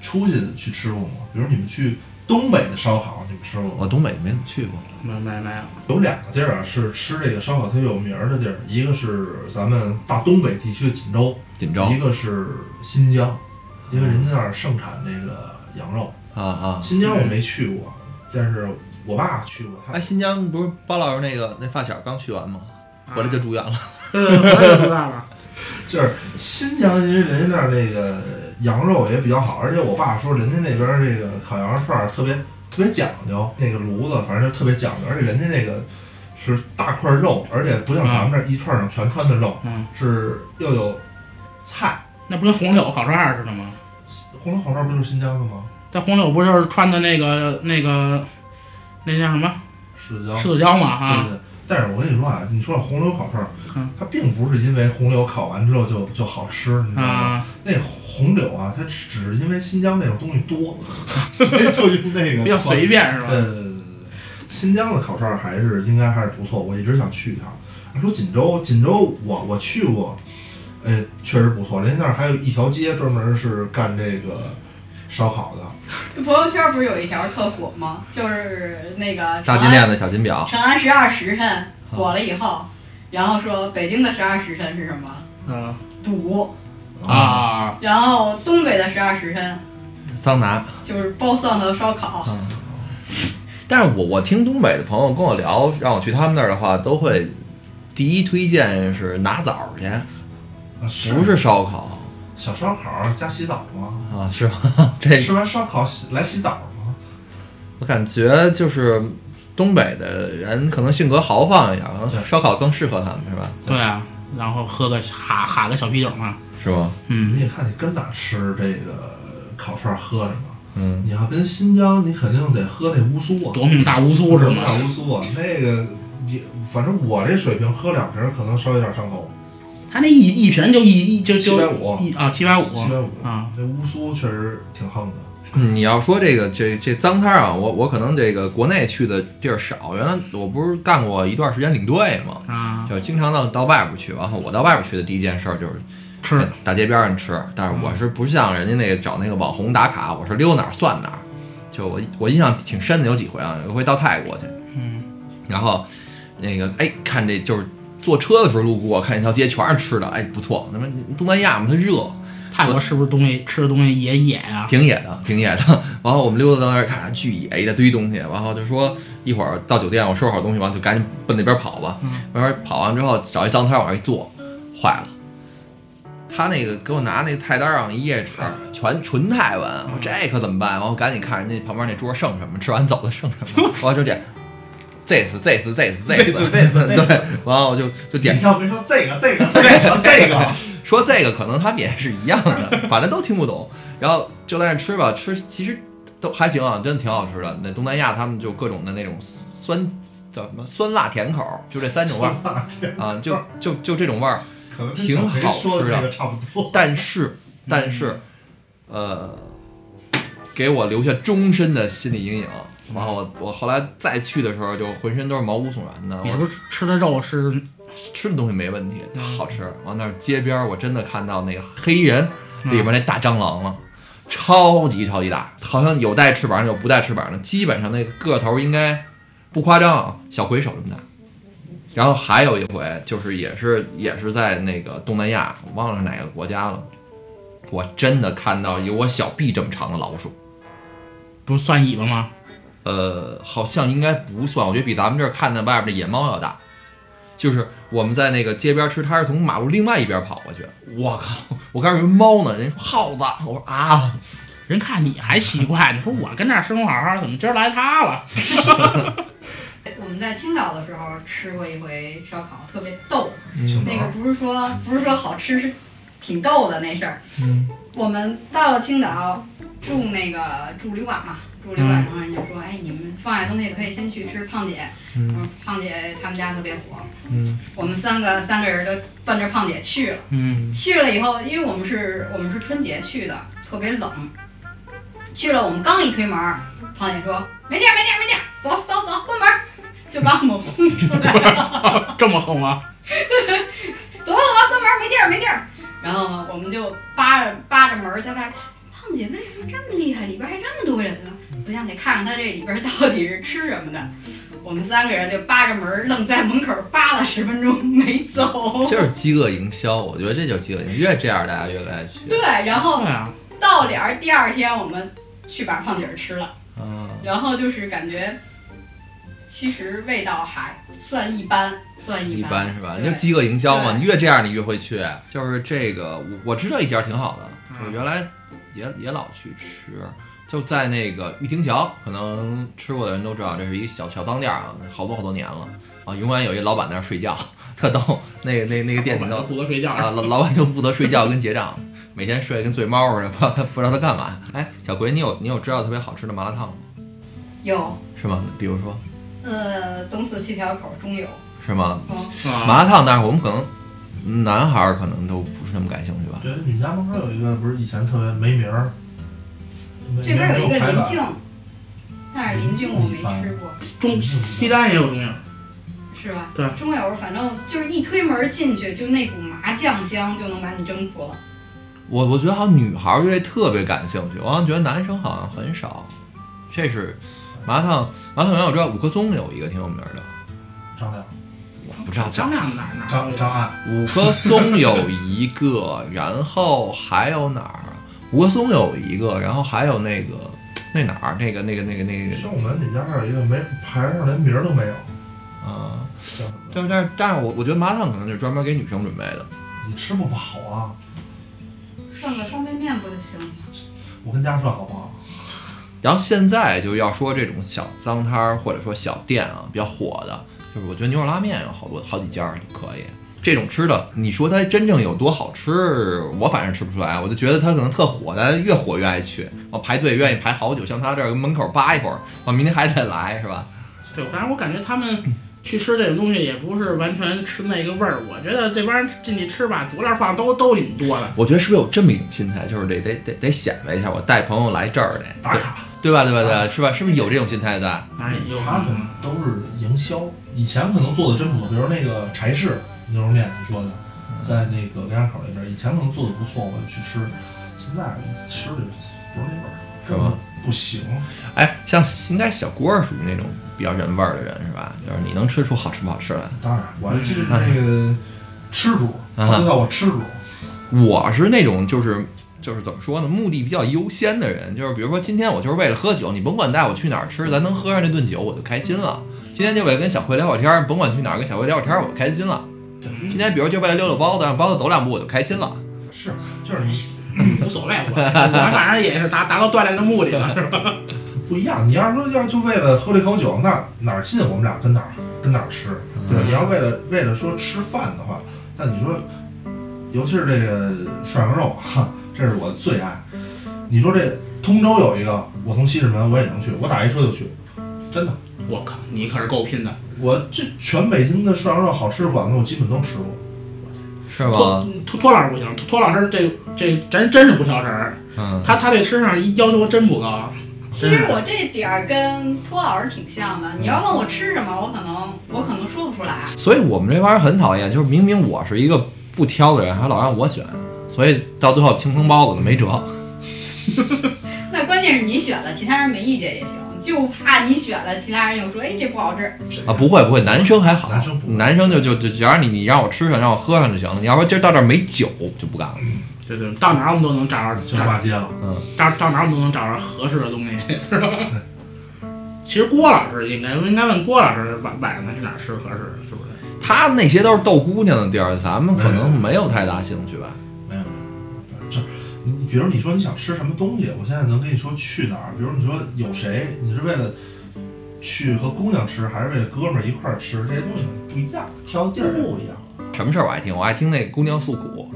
Speaker 4: 出去去吃过吗？比如你们去东北的烧烤你们吃过吗？
Speaker 1: 我东北没怎么去过，
Speaker 2: 没没没有，
Speaker 4: 有两个地儿啊，是吃这个烧烤特别有名儿的地儿，一个是咱们大东北地区的锦州，
Speaker 1: 锦州
Speaker 4: 一个是新疆，因为人家那儿盛产这个羊肉。
Speaker 1: 啊啊！
Speaker 4: 新疆我没去过，但是我爸去过，他
Speaker 1: 哎，新疆不是包老师那个那发小刚去完吗？
Speaker 2: 啊
Speaker 1: 回来 就住院了。
Speaker 2: 对对对，我也不干了。
Speaker 4: 就是新疆，因为人家那儿那个羊肉也比较好，而且我爸说人家那边儿这个烤羊肉串儿特别特别讲究，那个炉子反正就特别讲究，而且人家那个是大块肉，而且不像咱们这儿一串儿上全穿的肉，
Speaker 2: 嗯，
Speaker 4: 是又有菜。
Speaker 2: 那不跟红柳烤串儿似的吗？
Speaker 4: 红楼烤串儿不就是新疆的吗？
Speaker 2: 但红柳不就是穿的那个那个那叫什么
Speaker 4: 是叫
Speaker 2: 狮子椒嘛？
Speaker 4: 对
Speaker 2: 哈，
Speaker 4: 对。但是我跟你说啊，你说红柳烤串儿
Speaker 2: 啊嗯，
Speaker 4: 它并不是因为红柳烤完之后就就好吃，你知道吗？
Speaker 2: 啊，
Speaker 4: 那红柳啊，它只只是因为新疆那种东西多， 所以就用那个
Speaker 2: 比较随便是
Speaker 4: 对。
Speaker 2: 吧？
Speaker 4: 对对对对对，新疆的烤串儿还是应该还是不错，我一直想去一趟。说锦州，锦州我我去过，呃，确实不错。人家那儿还有一条街专门是干这个烧烤的，
Speaker 3: 朋友圈不是有一条特火吗？就是那个
Speaker 1: 大
Speaker 3: 长
Speaker 1: 金
Speaker 3: 安
Speaker 1: 链子，小金表，
Speaker 3: 长安十二时辰火了以后，然后说北京的十二时辰是什么？
Speaker 2: 嗯
Speaker 3: 赌。
Speaker 2: 啊，
Speaker 3: 然后东北的十二时辰
Speaker 1: 桑拿。
Speaker 3: 就是包蒜和烧烤。
Speaker 1: 嗯。但是我我听东北的朋友跟我聊，让我去他们那儿的话，都会第一推荐是拿枣去，
Speaker 4: 啊
Speaker 1: 不是烧烤
Speaker 4: 小烧烤加洗澡吗？
Speaker 1: 啊，是吗？这
Speaker 4: 吃完烧烤洗来洗澡吗？
Speaker 1: 我感觉就是东北的人可能性格豪放一点，可能
Speaker 4: 对
Speaker 1: 烧烤更适合他们，是吧？
Speaker 2: 对啊，然后喝个哈哈个小啤酒嘛，
Speaker 1: 是吗？
Speaker 2: 嗯，
Speaker 4: 你得看你跟哪儿吃这个烤串儿喝什么。
Speaker 1: 嗯，
Speaker 4: 你要跟新疆，你肯定得喝那乌苏啊，
Speaker 2: 夺命大乌苏是
Speaker 4: 什
Speaker 2: 吗？
Speaker 4: 么大乌苏啊，那个你反正我这水平喝两瓶儿可能稍微有点上头，
Speaker 2: 他那一一瓶就一一就就
Speaker 4: 750
Speaker 2: 一啊七百五
Speaker 4: 七百五
Speaker 2: 啊，
Speaker 4: 那乌苏确实挺横的，
Speaker 1: 嗯你要说这个这这脏摊儿啊，我我可能这个国内去的地儿少，原来我不是干过一段时间领队嘛，
Speaker 2: 啊
Speaker 1: 就经常到到外边去。然后我到外边去的第一件事儿就是
Speaker 2: 吃
Speaker 1: 大街边上吃，但是我是不像人家那个找那个网红打卡，我是溜哪儿算哪儿。就我我印象挺深的有几回啊，有一回到泰国去，
Speaker 2: 嗯
Speaker 1: 然后那个哎，看这就是坐车的时候路过，看一条街全是吃的，哎不错。那么东南亚嘛，它热，
Speaker 2: 泰国是不是东西吃的东西也野啊呀？
Speaker 1: 挺野的，挺野的。然后我们溜达到那儿看，巨野一大堆东西。然后就说一会儿到酒店，我收拾好东西，完就赶紧奔那边跑吧。
Speaker 2: 嗯
Speaker 1: 完事儿跑完之后，找一脏摊儿往上一坐，坏了。他那个给我拿那菜单上一页纸，全纯泰文，我这可怎么办？然后赶紧看人家旁边那桌剩什么，吃完走了剩什么， 我就点 this this this this，对， 完后我就就点
Speaker 4: 你要没说这个这个这 个这个，
Speaker 1: 说这个可能他们也是一样的，反正都听不懂。然后就在那吃吧，吃其实都还行啊，真的挺好吃的。那东南亚他们就各种的那种酸叫什么酸辣甜口，就这三种味儿啊，就就就这种味儿。
Speaker 4: 可能跟小黑
Speaker 2: 啊
Speaker 4: 说的这个差不多。
Speaker 1: 但是但是，呃，给我留下终身的心理阴影。然后我我后来再去的时候，就浑身都是毛骨悚然的。
Speaker 2: 你是
Speaker 1: 我
Speaker 2: 不是吃的肉是
Speaker 1: 吃的东西没问题，好吃。完那儿街边儿我真的看到那个黑人
Speaker 2: 嗯
Speaker 1: 里边那大蟑螂了，超级超级大，好像有带翅膀有不带翅膀的，基本上那个个头应该不夸张啊，小鬼手这么大。然后还有一回，就是也是也是在那个东南亚，我忘了是哪个国家了，我真的看到有我小臂这么长的老鼠，
Speaker 2: 不是蒜尾巴吗？
Speaker 1: 呃，好像应该不算，我觉得比咱们这儿看的外边的野猫要大。就是我们在那个街边吃，它是从马路另外一边跑过去。我靠！我刚有一猫呢，人家说耗子，我说 啊，
Speaker 2: 人看你还奇怪，你说我跟这儿生活好好，怎么今儿来他了？
Speaker 3: 我们在青岛的时候吃过一回烧烤，特别逗。
Speaker 4: 青岛
Speaker 3: 那个不是说不是说好吃，是挺逗的那事儿。
Speaker 4: 嗯
Speaker 3: 我们到了青岛，住那个住旅馆嘛，住旅馆，然后人家说，哎，你们放下东西可以先去吃胖姐，
Speaker 1: 嗯
Speaker 3: 嗯，胖姐他们家特别火，
Speaker 1: 嗯，
Speaker 3: 我们三个三个人都奔着胖姐去了。
Speaker 2: 嗯
Speaker 3: 去了以后，因为我们是我们是春节去的，特别冷。去了，我们刚一推门，胖姐说没电没电没电，走走走，关门，就把我们轰出来了。
Speaker 2: 这么横啊？
Speaker 3: 走走走，关门，没地儿没地儿。然后呢，我
Speaker 1: 嗯
Speaker 3: 们就扒着扒着门儿在外，胖姐为什么这么厉害？里边还这么多人呢？不我想得看看他这里边到底是吃什么的。我们三个人就扒着门儿愣在门口扒拉十分钟没走。
Speaker 1: 就是饥饿营销，我觉得这就是饥饿营销，越这样大家越来越去。
Speaker 3: 对，然后
Speaker 2: 对啊，
Speaker 3: 到点儿第二天我们去把胖姐儿吃了，
Speaker 1: 嗯，
Speaker 3: 然后就是感觉其实味道还算一般，算
Speaker 1: 一
Speaker 3: 般
Speaker 1: 般是吧？
Speaker 3: 对
Speaker 1: 就饥饿营销嘛，
Speaker 3: 对
Speaker 1: 你越这样你越会去。就是这个，我我知道一家挺好的，
Speaker 2: 嗯
Speaker 1: 我原来也也老去吃，就在那个玉亭桥，可能吃过的人都知道，这是一小小脏店啊，好多好多年了啊，永远有一老板在那儿睡觉， 特逗。那那那个店
Speaker 2: 我们
Speaker 1: 里头
Speaker 2: 都不得睡觉，
Speaker 1: 啊，老老板就不得睡觉跟结账， 每天睡得跟醉猫似的，不知道他不知道他干嘛。哎，小葵，你有你有知道特别好吃的麻辣烫吗？
Speaker 3: 有，
Speaker 1: 是吗？比如说
Speaker 3: 呃，东四七条口中有，
Speaker 1: 是吗？
Speaker 3: 嗯，
Speaker 2: 是吧？
Speaker 1: 麻辣烫，但是我们可能男孩儿可能都不是那么感兴趣吧。
Speaker 4: 觉得你们家门口有一个不是以前特别没名儿，没
Speaker 3: 这边有一个
Speaker 4: 没有
Speaker 3: 临
Speaker 4: 牌
Speaker 3: 静，但是临静我没吃过，
Speaker 2: 中西单也有中药，
Speaker 3: 是吧？
Speaker 2: 对
Speaker 3: 中友反正就是一推门进去，就那股麻酱香就能把你征服了。
Speaker 1: 我我觉得好像女孩儿对这特别感兴趣，我好像觉得男生好像很少。这是麻辣烫，麻辣烫原来我知道五棵松有一个挺有名儿的，
Speaker 4: 板张亮、
Speaker 1: 我不知道叫
Speaker 2: 张亮哪儿哪儿
Speaker 4: 张张爱，
Speaker 1: 五棵松有一个，然后还有哪儿啊？五棵松有一个，然后还有那个那哪儿？那个那个那个那个
Speaker 4: 像我们你们家这儿有一个没牌上连名儿都没有，
Speaker 1: 啊、
Speaker 4: 叫什么？
Speaker 1: 但是但是但是我我觉得麻辣烫可能就是专门给女生准备的。
Speaker 4: 你吃不饱啊！
Speaker 3: 涮个方便面不就行了？
Speaker 4: 我跟家涮好不好？
Speaker 1: 然后现在就要说这种小脏摊儿或者说小店啊，比较火的，就是我觉得牛肉拉面有好多好几家儿就可以。这种吃的，你说它真正有多好吃，我反正吃不出来。我就觉得它可能特火，大家越火越爱去，我排队愿意排好久，像他这儿门口扒一会儿，我明天还得来，是吧？
Speaker 2: 对，反正我感觉他
Speaker 1: 嗯
Speaker 2: 们去吃这种东西也不是完全吃那个味儿。我觉得这帮人进去吃吧，佐料放都都挺多的。
Speaker 1: 我觉得是不是有这么一种心态，就是得得得得显摆一下，我带朋友来这儿得
Speaker 4: 打卡，啊
Speaker 1: 对对吧？对吧？对吧？是吧？是不是有这种心态在？
Speaker 2: 反正也啊有
Speaker 4: 他们都是营销。以前可能做的真不错，比如那个柴氏牛肉面，你说的，在那个连家口那边儿，以前可能做的不错，我去吃，现在吃的不是那味儿，
Speaker 1: 是吗？
Speaker 4: 不行，
Speaker 1: 哎，像应该小郭儿属于那种比较人味儿的人是吧？就是你能吃出好吃不好吃来。
Speaker 4: 当然，我这是那个吃主，他就叫我吃主。
Speaker 1: 我是那种就是就是怎么说呢，目的比较优先的人，就是比如说今天我就是为了喝酒，你甭管带我去哪儿吃，咱能喝上这顿酒我就开心了。今天就为了跟小慧聊会儿天儿，甭管去哪儿跟小慧聊会儿天儿，我就开心了。今天比如就为了溜溜包子，让包子走两步我就开心了。
Speaker 4: 是，就是你
Speaker 2: 无所谓，我我反正也是达达到锻炼的目的了， 是吧？
Speaker 4: 不一样。你要说要就为了喝这口酒，那哪儿近我们俩跟哪儿跟哪儿吃，对吧？
Speaker 2: 嗯
Speaker 4: 你要为了为了说吃饭的话，那你说，尤其是这个涮羊肉，哈， 这是我最爱。你说这通州有一个，我从西直门我也能去，我打一车就去，真的。
Speaker 2: 我靠，你可是够拼的，
Speaker 4: 我这全北京的涮羊肉好吃的馆子，我基本都吃过。
Speaker 1: 是
Speaker 2: 托嗯
Speaker 1: 吗？
Speaker 2: 托托老师不行，托托老师这这咱真是不挑食儿，
Speaker 1: 嗯，
Speaker 2: 他他对吃上一要求真不高，
Speaker 3: 其实我这点儿跟托老师挺像的。你要问我吃什么，我可能我可能说不出来。
Speaker 1: 所以我们这帮人很讨厌，就是明明我是一个不挑的人，还老让我选，所以到最后青葱包子了没辙。
Speaker 3: 那关键是你选了，其他人没意见也行，就怕你选了，其他人又说，哎，这不好吃。
Speaker 1: 啊，不会不会，男生还好，
Speaker 4: 男生不会
Speaker 1: 男生就就就只要你你让我吃上，让我喝上就行了。你要说今儿到这儿没酒就不干了。
Speaker 2: 对对，到哪儿我们都能找着
Speaker 4: 就
Speaker 2: 找
Speaker 4: 骂街了，
Speaker 1: 嗯，
Speaker 2: 到到哪儿我们都能找着合适的东西， 是吧？其实郭老师应该应该问郭老师晚晚上他去哪儿吃合适，是不是？
Speaker 1: 他们那些都是逗姑娘的地儿，咱们可能没有太大兴趣吧。
Speaker 2: 嗯
Speaker 4: 没有没有，这你比如你说你想吃什么东西，我现在能跟你说去哪儿。比如你说有谁，你是为了去和姑娘吃，还是为了哥们儿一块儿吃，这些东西不一样，挑地儿也不一样。
Speaker 1: 什么事儿我爱听，我爱听那姑娘诉苦，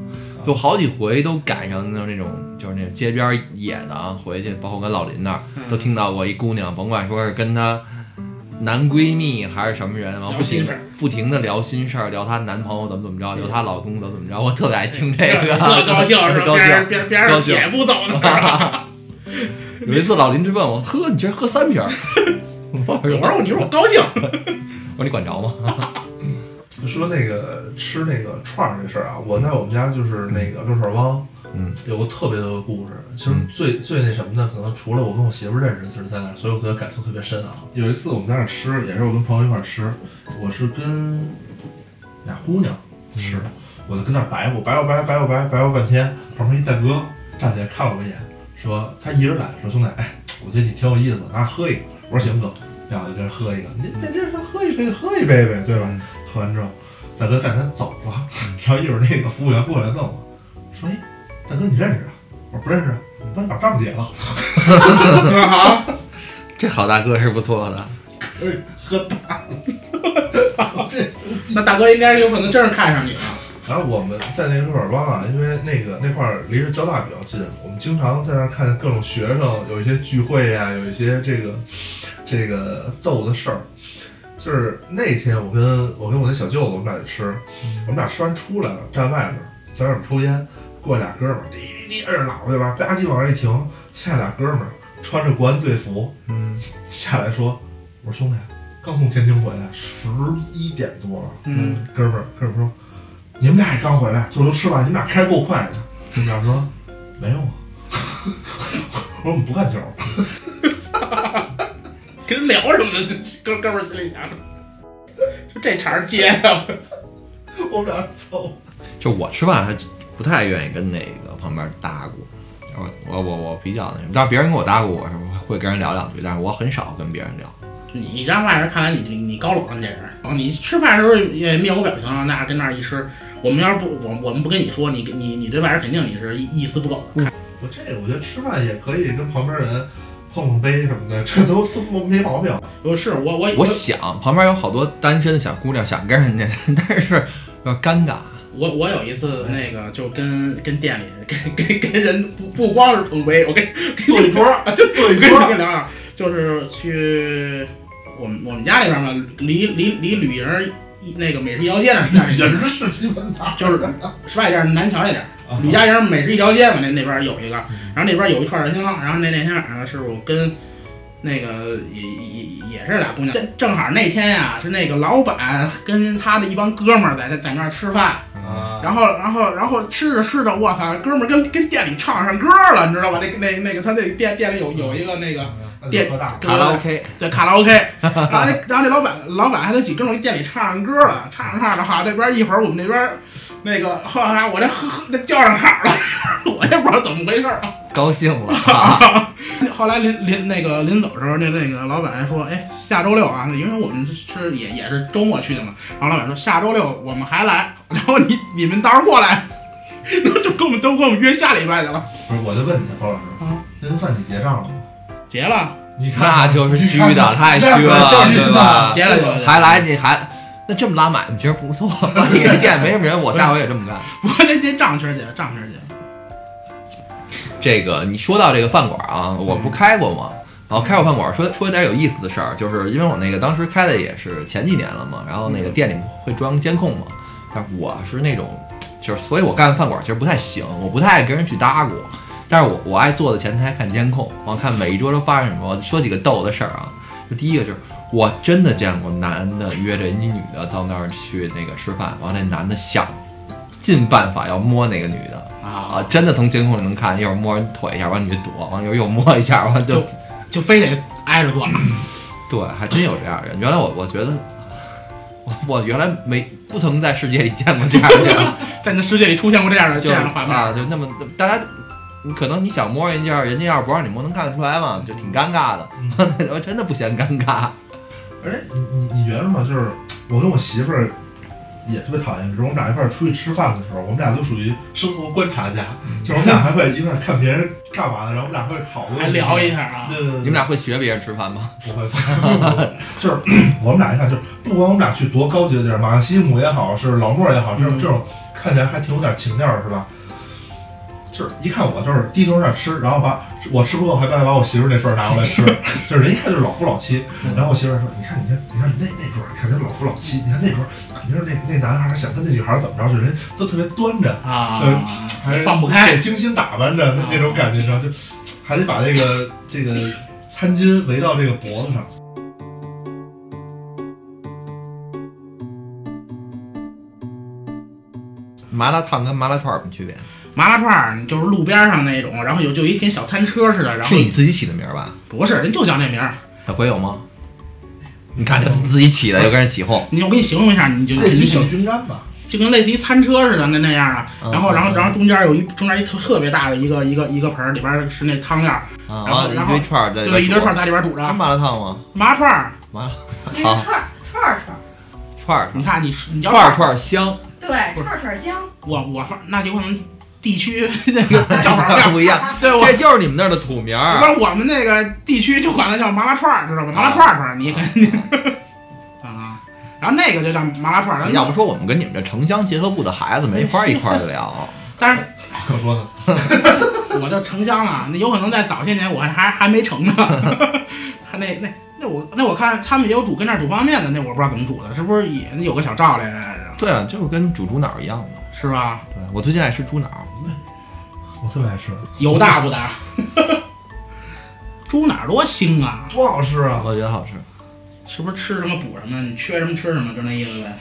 Speaker 1: 就好几回都赶上那那种就是那种街边野的啊，回去包括跟老林那儿
Speaker 2: 嗯
Speaker 1: 都听到过一姑娘，甭管说是跟她男闺蜜还是什么人，然后不停
Speaker 2: 聊心事儿嗯
Speaker 1: 不停的聊心事儿，聊她男朋友怎么怎么着，聊她老公怎么怎么着，我特别爱听这 个，
Speaker 2: 特高兴是吧？
Speaker 1: 高
Speaker 2: 边
Speaker 1: 兴
Speaker 2: 上。边边
Speaker 1: 高
Speaker 2: 上
Speaker 1: 兴
Speaker 2: 血不走呢，是 吧
Speaker 1: 有一次老林就问我，喝你这喝三瓶儿，我
Speaker 2: 我
Speaker 1: 说
Speaker 2: 说我你说我高兴，
Speaker 1: 我说你管着吗？
Speaker 4: 就说那个吃那个串儿这事儿啊，我在我们家就是那个六串帮，
Speaker 1: 嗯，
Speaker 4: 有过特别多的故事。其实
Speaker 1: 嗯
Speaker 4: 最、最那什么的，可能除了我跟我媳妇儿认识，就是在那儿，所以我对她感触特别深啊。有一次我们在那儿吃，也是我跟朋友一块儿吃，我是跟俩姑娘吃，我就跟那儿白活，白活白活白活白活白活半天，旁边一大哥站起来看了我一眼，说他一人来，说兄弟，哎，我觉得你挺有意思的，咱俩喝一个。我说行哥，然后我就跟人喝一个，你那那喝一杯喝一杯呗，对吧？喝完之后，大哥站起来走了，然后一会儿那个服务员过来问我，说：“哎，大哥你认识啊？”我说：“不认识。”我你把账结了，
Speaker 2: 好，
Speaker 1: 这好大哥是不错的。
Speaker 4: 哎，喝大了，这
Speaker 2: 那大哥应该是有可能真是看上你了。
Speaker 4: 然后我们在那个六块帮啊，因为那个那块儿离着交大比较近，我们经常在那儿看各种学生有一些聚会呀、有一些这个这个逗的事儿。就是那天我跟我跟我那小舅子，我们俩去吃，我们俩吃完出来了，站外边儿在外面抽烟，过来俩哥们儿滴滴滴摁着喇叭去了，吧唧往那儿一停，下俩哥们儿穿着国安队服
Speaker 1: 嗯，
Speaker 4: 下来说：“我说兄弟，啊刚从天津回来，十一点多了。”
Speaker 2: 嗯，
Speaker 4: 哥们儿，哥们儿说：“你们俩也刚回来，坐楼吃吧，你们俩开够快的。”你们俩说：“没有啊。” 我说：“我们不看球。
Speaker 2: 跟人聊什么呢？哥哥们儿心里想着， 就这茬儿接呀。”
Speaker 4: 我们俩走。
Speaker 1: 就我吃饭还不太愿意跟那个旁边搭咕，我我我我比较那什么，但是别人跟我搭咕，我是会跟人聊两句，但是我很少跟别人聊。
Speaker 2: 你让外人看来你你你高冷，这是。你吃饭的时候也面无表情，那跟那儿一吃，我们要是不我我们不跟你说，你你你对外人肯定你是一一丝不苟的。
Speaker 4: 我这个我觉得吃饭也可以跟旁边人碰碰杯什么的，这都都没毛病。
Speaker 2: 不是我我
Speaker 1: 我想旁边有好多单身的小姑娘想跟人家， 但是有点尴尬。
Speaker 2: 我我有一次那个就跟跟店里跟跟跟人不不光是碰杯，我跟
Speaker 4: 坐一桌，就坐
Speaker 2: 我
Speaker 4: 一
Speaker 2: 跟你
Speaker 4: 桌。
Speaker 2: 们聊聊，就是去我们我们家那边嘛，离离离旅营儿一那个美食一条街那儿 那儿
Speaker 4: 也是是基本的。
Speaker 2: 就是
Speaker 1: 嗯
Speaker 2: 呃是外地儿南桥那点儿。
Speaker 4: 啊
Speaker 2: 吕家营美食一条街嘛，那那边有一个，
Speaker 1: 嗯
Speaker 2: 然后那边有一串串香，然后那那天晚上是我跟那个也也也是俩姑娘，正正好那天呀、是那个老板跟他的一帮哥们儿在在在那儿吃饭，嗯
Speaker 4: 啊，
Speaker 2: 然后然后然后吃着吃着，我操，哥们儿跟跟店里唱上歌了，你知道吧？那个那那个他那店店里有有一个那个
Speaker 4: 那就
Speaker 2: 店
Speaker 4: 喝大了。
Speaker 1: 卡拉 OK，
Speaker 2: 对卡 拉 OK，然后那然后那老板老板还跟几哥们儿店里唱上歌了，唱着唱着哈，那边一会儿我们那边那个哈哈，我这呵呵那叫上喊了， 我也不知道怎么回事儿。
Speaker 1: 高兴了 啊！
Speaker 2: 后来临临那个临走的时候，那那个老板还说，哎，下周六啊，因为我们是也也是周末去的嘛，然后老板说下周六我们还来，然后你你们到时候过来， 就跟我们都跟我们约下礼拜去了，
Speaker 4: 不是，我就问你，包老师
Speaker 2: 啊，
Speaker 4: 那顿饭你结账了吗？
Speaker 2: 结了，
Speaker 4: 你看，
Speaker 1: 那 就是虚
Speaker 4: 你
Speaker 1: 的，
Speaker 4: 看
Speaker 1: 太
Speaker 4: 那
Speaker 1: 虚
Speaker 4: 会儿
Speaker 1: 了，
Speaker 4: 就是
Speaker 1: 对
Speaker 4: 那
Speaker 1: 吧？
Speaker 2: 结了结了，
Speaker 1: 还来你还那这么拉买卖，其实不错。 你这店没什么人，我下回也这么干。
Speaker 2: 我这这账确实结了，账确实结了。
Speaker 1: 这个你说到这个饭馆啊，我不开过吗？然后开过饭馆，说说点有意思的事儿，就是因为我那个当时开的也是前几年了嘛，然后那个店里会装监控嘛，但是我是那种，就是所以我干饭馆其实不太行，我不太爱跟人去搭咕，但是我我爱坐在前台看监控，然后看每一桌都发生什么。我说几个逗的事儿啊，就第一个就是我真的见过男的约着一女的到那儿去那个吃饭，完了那男的想尽办法要摸那个女的，
Speaker 2: 啊，
Speaker 1: 啊，真的从监控里能看，一会儿摸人腿一下，完你就躲，完一会儿又摸一下，完就
Speaker 2: 就就非得挨着坐。
Speaker 1: 对，还真有这样的人。原来我我觉得，我我原来没不曾在世界里见过这 样的人，
Speaker 2: 在你的世界里出现过这样的这
Speaker 1: 就是
Speaker 2: 样的画面，
Speaker 1: 啊，就那么大家，你可能你想摸人家，人家要是不让你摸，能看得出来吗？就挺尴尬的，
Speaker 4: 嗯
Speaker 1: 我 真的不嫌尴尬。
Speaker 4: 而且哎你你你觉得吗？就是我跟我媳妇儿也特别讨厌，比如我们俩一块儿出去吃饭的时候，我们俩都属于生活观察家，就是我们俩还会一块儿看别人干嘛的，然后我们俩会讨论，
Speaker 2: 还聊一。下啊。
Speaker 4: 对对对，
Speaker 1: 你们俩会学别人吃饭吗？
Speaker 4: 不会， 就是 我们俩一看，就是不管我们俩去多高级的地儿，马克西姆也好，是老莫也好，这种
Speaker 2: 嗯
Speaker 4: 这种看起来还挺有点情调儿，是吧？就是一看我就是低头在那吃，然后把我吃不够，还把把我媳妇儿那份儿拿过来吃，就是人一看就是老夫老妻。然后我媳妇儿说：“你看，你看，你看那那桌儿，你看那老夫老妻，你看那桌儿，肯定是那那男孩儿想跟那女孩儿怎么着，就人都特别 端着，
Speaker 1: 嗯
Speaker 2: 啊，
Speaker 4: 还是
Speaker 2: 放不开
Speaker 4: 对，精心打扮着那种感觉，然后就还得把这个这个餐巾围到这个脖子上。
Speaker 1: 麻辣烫跟麻辣串儿有什么区别？
Speaker 2: 麻辣串儿你就是路边儿上那种，然后有就一跟小餐车似的，然
Speaker 1: 是
Speaker 2: 后
Speaker 1: 你自己起的名儿吧？
Speaker 2: 不是人就叫那名儿，
Speaker 1: 小葵 有吗？你看这自己起的，又跟人起哄，
Speaker 2: 你我给你形容一下，你就
Speaker 1: 哎
Speaker 4: 类似
Speaker 2: 你
Speaker 4: 于小军干吧，
Speaker 2: 就跟类似于餐车似的那那样啊，
Speaker 1: 嗯
Speaker 2: 然后然后
Speaker 1: 嗯
Speaker 2: 然后中间有一中间一特特别大的一个一个一个盆儿，里边儿是那汤料儿，
Speaker 1: 啊，
Speaker 2: 然后
Speaker 1: 一
Speaker 2: 然后
Speaker 1: 堆串儿在
Speaker 2: 对，一堆串儿
Speaker 1: 儿，
Speaker 2: 在里边儿煮
Speaker 1: 是
Speaker 2: 着。
Speaker 1: 麻辣烫吗？
Speaker 2: 麻辣串儿，
Speaker 1: 麻辣
Speaker 3: 那是串儿串儿串儿，
Speaker 1: 串儿
Speaker 2: 你看你你叫
Speaker 1: 串儿串儿香，
Speaker 3: 对，串儿串儿香，
Speaker 2: 我我反那就可能地区 那个叫法儿不一样
Speaker 1: 不一样，
Speaker 2: 对我。
Speaker 1: 这就是你们那儿的土名儿
Speaker 2: 不。是我们那个地区就管它叫麻辣串儿，知
Speaker 1: 啊
Speaker 2: 道吧？麻辣串儿串儿，你 肯定啊。然后那个就叫麻辣串儿，然后
Speaker 1: 要不说我们跟你们这城乡结合部的孩子没法一块儿的聊，
Speaker 2: 但是
Speaker 4: 可说呢。
Speaker 2: 我这城乡啊，那有可能在早些年我还还还没 成呢，还那那那我那我看他们也有煮跟那儿煮方便面的，那我不知道怎么煮的，是不是也有个小罩来着？
Speaker 1: 对啊，就是跟煮猪脑一样嘛。
Speaker 2: 是吧？
Speaker 1: 对我最近爱吃猪脑，
Speaker 4: 我特别爱吃，
Speaker 2: 油大不大？ 猪哪儿多腥啊？
Speaker 4: 多好吃啊！
Speaker 1: 我觉得好吃。
Speaker 2: 是不是吃什么补什么？你缺什么吃什么，就那意思呗。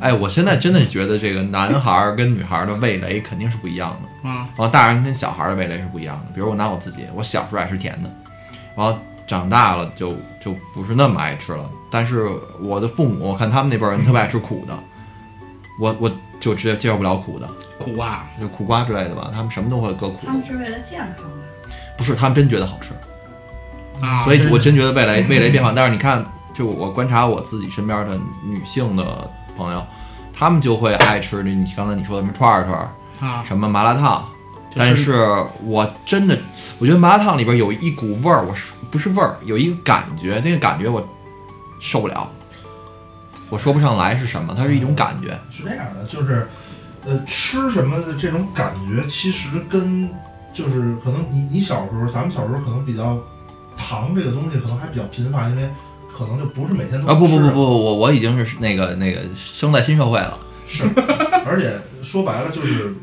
Speaker 1: 哎，我现在真的觉得这个男孩儿跟女孩儿的味蕾肯定是不一样的，
Speaker 2: 啊，
Speaker 1: 然后大人跟小孩儿的味蕾是不一样的。比如我拿我自己，我小时候爱吃甜的，然后长大了就就不是那么爱吃了。但是我的父母，我看他们那辈儿人特别爱吃苦的，我我就直接接受不了苦的，
Speaker 2: 苦啊！
Speaker 1: 就苦瓜之类的吧，他们什么都会搁苦
Speaker 3: 他
Speaker 1: 的
Speaker 3: 们，是为了健康吧？
Speaker 1: 不是他们真觉得好吃。
Speaker 2: 啊，
Speaker 1: 所以
Speaker 2: 真
Speaker 1: 我真觉得味蕾味蕾变化。但是你看，就我观察我自己身边的女性的朋友，她们就会爱吃你你刚才你说的什么串儿串儿，
Speaker 2: 啊，
Speaker 1: 什么麻辣烫。
Speaker 2: 就
Speaker 1: 但是我真的，我觉得麻辣烫里边有一股味儿，我是不是味儿，有一个感觉，那个感觉我受不了，我说不上来是什么，它是一种感觉。
Speaker 4: 是这样的，就是，呃，吃什么的这种感觉，其实跟就是可能你你小时候，咱们小时候可能比较糖这个东西可能还比较频繁，因为可能就不是每天都
Speaker 1: 啊不不不
Speaker 4: 吃
Speaker 1: 不，我我已经是那个那个生在新社会了，
Speaker 4: 是，而且说白了就是，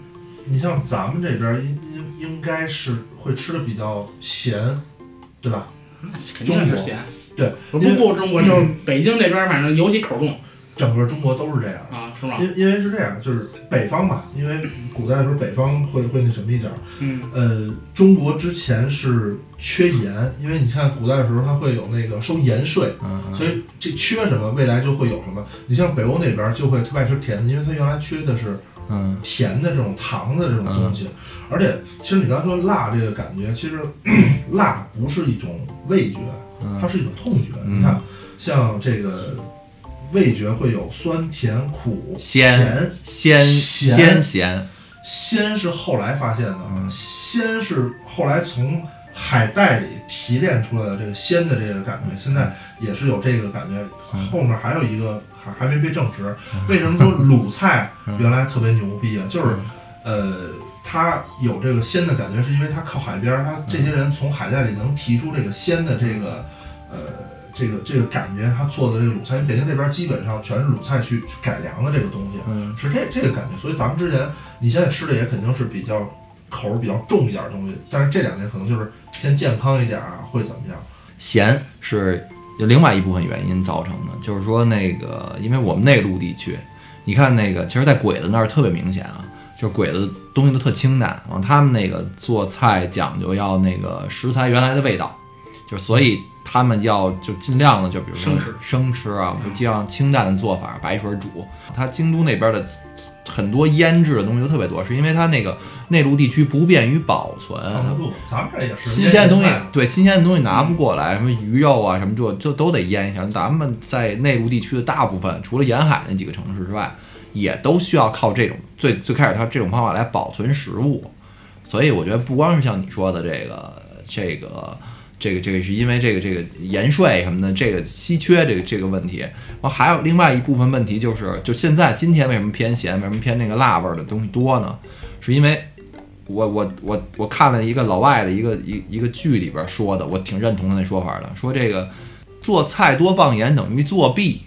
Speaker 4: 你像咱们这边儿应应应该是会吃的比较咸，对吧？
Speaker 2: 肯定是咸。
Speaker 4: 对，
Speaker 2: 不
Speaker 4: 因为
Speaker 2: 不，中国就是北京这边，反正尤其口重
Speaker 4: 整个中国都是这样。
Speaker 2: 啊，是吗？
Speaker 4: 因因为是这样，就是北方嘛，因为古代的时候北方会会那什么一点儿，
Speaker 2: 嗯，
Speaker 4: 呃，中国之前是缺盐，因为你看古代的时候，它会有那个收盐税，
Speaker 1: 嗯，嗯
Speaker 4: 所以这缺什么，未来就会有什么。你像北欧那边就会特别爱吃甜的，因为它原来缺的是
Speaker 1: 嗯
Speaker 4: 甜的这种糖的这种东西。而且，其实你刚才说辣这个感觉，其实 辣不是一种味觉，它
Speaker 1: 嗯
Speaker 4: 是一种痛觉。
Speaker 1: 嗯
Speaker 4: 你看，像这个味觉会有酸、甜、苦、
Speaker 1: 鲜鲜
Speaker 4: 咸咸
Speaker 1: 鲜咸，
Speaker 4: 鲜是后来发现的
Speaker 1: 嗯，
Speaker 4: 鲜是后来从海带里提炼出来的这个鲜的这个感觉，现在也是有这个感觉。
Speaker 1: 嗯
Speaker 4: 后面还有一个还还没被证实，为什么说鲁菜
Speaker 1: 嗯
Speaker 4: 原来特别牛逼啊？就是
Speaker 1: 嗯
Speaker 4: 呃，它有这个鲜的感觉，是因为它靠海边儿，它
Speaker 1: 嗯
Speaker 4: 这些人从海带里能提出这个鲜的这个呃。这个这个感觉，他做的这个鲁菜，因为北京这边基本上全是鲁菜去去改良的这个东西，
Speaker 1: 嗯
Speaker 4: 是这这个感觉。所以咱们之前，你现在吃的也肯定是比较口儿比较重一点儿的东西，但是这两年可能就是偏健康一点儿啊，会怎么样？
Speaker 1: 咸是有另外一部分原因造成的，就是说那个，因为我们内陆地区，你看那个，其实，在鬼子那儿特别明显啊，就是鬼子东西都特清淡，然后他们那个做菜讲究要那个食材原来的味道，就是所以他们要就尽量的就比如说
Speaker 2: 生吃
Speaker 1: 生吃啊，
Speaker 2: 嗯
Speaker 1: 就尽量清淡的做法，白水煮。它京都那边的很多腌制的东西都特别多，是因为它那个内陆地区不便于保存，
Speaker 4: 扛
Speaker 2: 哦
Speaker 4: 不住，咱们这也是
Speaker 1: 嗯新鲜的嗯东西
Speaker 4: 腌制菜，
Speaker 1: 对新鲜的东西拿不过来，什么鱼肉啊，什么就就都得腌一下。咱们在内陆地区的大部分，除了沿海那几个城市之外，也都需要靠这种最最开始它这种方法来保存食物。所以我觉得不光是像你说的这个这个这个这个是因为这个这个盐税什么的这个稀缺这个这个问题，然后还有另外一部分问题就是，就现在今天为什么偏咸，为什么偏那个辣味儿的东西多呢？是因为我我我我看了一个老外的一个一一个剧里边说的，我挺认同他那说法的，说这个做菜多放盐等于作弊，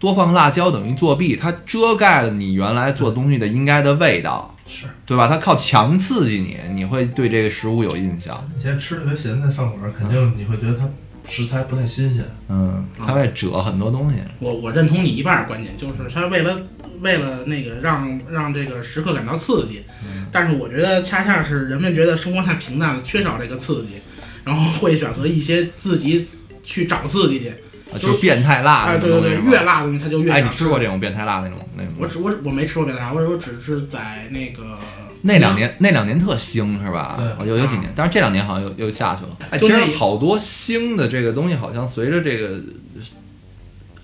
Speaker 1: 多放辣椒等于作弊，它遮盖了你原来做东西的应该的味道，
Speaker 4: 是。
Speaker 1: 对吧？它靠强刺激你，你会对这个食物有印象。嗯
Speaker 4: 你现在吃特别咸，在饭馆儿肯定你会觉得它食材不太新鲜。
Speaker 1: 嗯，他在折很多东西。
Speaker 2: 我我认同你一半儿观点，就是他为了为了那个让让这个食客感到刺激，
Speaker 1: 嗯
Speaker 2: 但是我觉得恰恰是人们觉得生活太平淡了，缺少这个刺激，然后会选择一些自己去找刺激去。
Speaker 1: 啊就是变态辣
Speaker 2: 哎，
Speaker 1: 那
Speaker 2: 对
Speaker 1: 种
Speaker 2: 对对，
Speaker 1: 东西是吧
Speaker 2: 越辣的东西他就越
Speaker 1: 哎，
Speaker 2: 想
Speaker 1: 你吃过这种变态辣那种那种？
Speaker 2: 我只我我没吃过别的啥，我我只是在那个
Speaker 1: 那两年那两年特兴是吧？
Speaker 4: 对
Speaker 1: 我有有几年，但是这两年好像又又下去了。哎，其
Speaker 2: 就
Speaker 1: 实
Speaker 2: 那
Speaker 1: 好多兴的这个东西，好像随着这个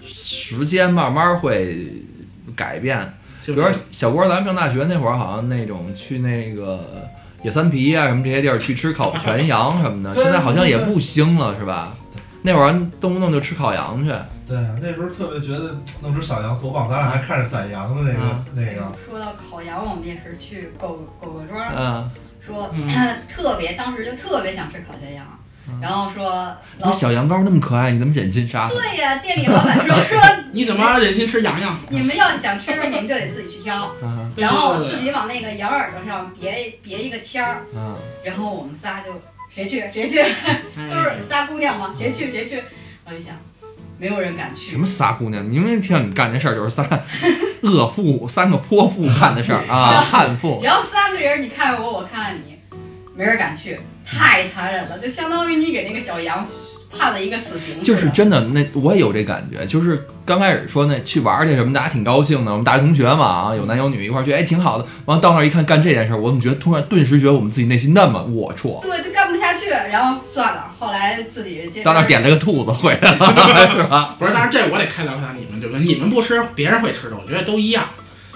Speaker 1: 时间慢慢会改变。
Speaker 2: 就
Speaker 1: 比
Speaker 2: 是
Speaker 1: 如说小郭，咱们上大学那会儿，好像那种去那个野三皮啊什么这些地儿去吃烤全羊什么的，
Speaker 4: 对
Speaker 1: 现在好像也不兴了是吧？那会儿动不动就吃烤羊去，
Speaker 4: 对，啊那时候特别觉得弄只小羊多棒，咱俩还看着宰羊的那个、
Speaker 1: 啊
Speaker 4: 那个，
Speaker 3: 说到烤羊，我们也是去狗狗狗庄，
Speaker 1: 嗯，
Speaker 3: 说、
Speaker 2: 嗯
Speaker 3: 特别当时就特别想吃烤全羊，
Speaker 1: 嗯
Speaker 3: 然后说
Speaker 1: 那
Speaker 3: 老
Speaker 1: 小羊羔那么可爱，你怎么忍心杀它？
Speaker 3: 对呀、店里老板说 说
Speaker 2: 你怎么忍心吃羊羊？
Speaker 3: 你们要想吃，你们就得自己去 挑，
Speaker 1: 啊
Speaker 3: 然后自己往那个羊耳朵上别别一个签儿，
Speaker 1: 啊！
Speaker 3: 然后我们仨就谁去谁去，
Speaker 2: 哎
Speaker 1: 嗯
Speaker 3: 都是仨姑娘嘛，谁去谁去，我就想没有人敢去
Speaker 1: 什，么仨姑娘？明明听你干这事儿就是仨 恶妇，三个泼妇干的事儿啊，悍妇。
Speaker 3: 然后三个人你看我我看看你，没人敢去，太残忍了，就相当于你给那个小羊判了一个死刑似的，
Speaker 1: 就是真的，那我也有这感觉，就是刚开始说那去玩儿去什么，大家挺高兴的，我们大学同学嘛啊，有男有女一块儿去，哎，挺好的。完了到那儿一看干这件事儿，我怎么觉得突然顿时觉得我们自己内心那么龌龊？
Speaker 3: 对，就干不下去，然后算了，后来自己接
Speaker 1: 到那儿点了个兔子回来了，是吧？
Speaker 2: 不是，但是这我得开导一下你们，对不对？你们不吃，别人会吃的，我觉得都一样。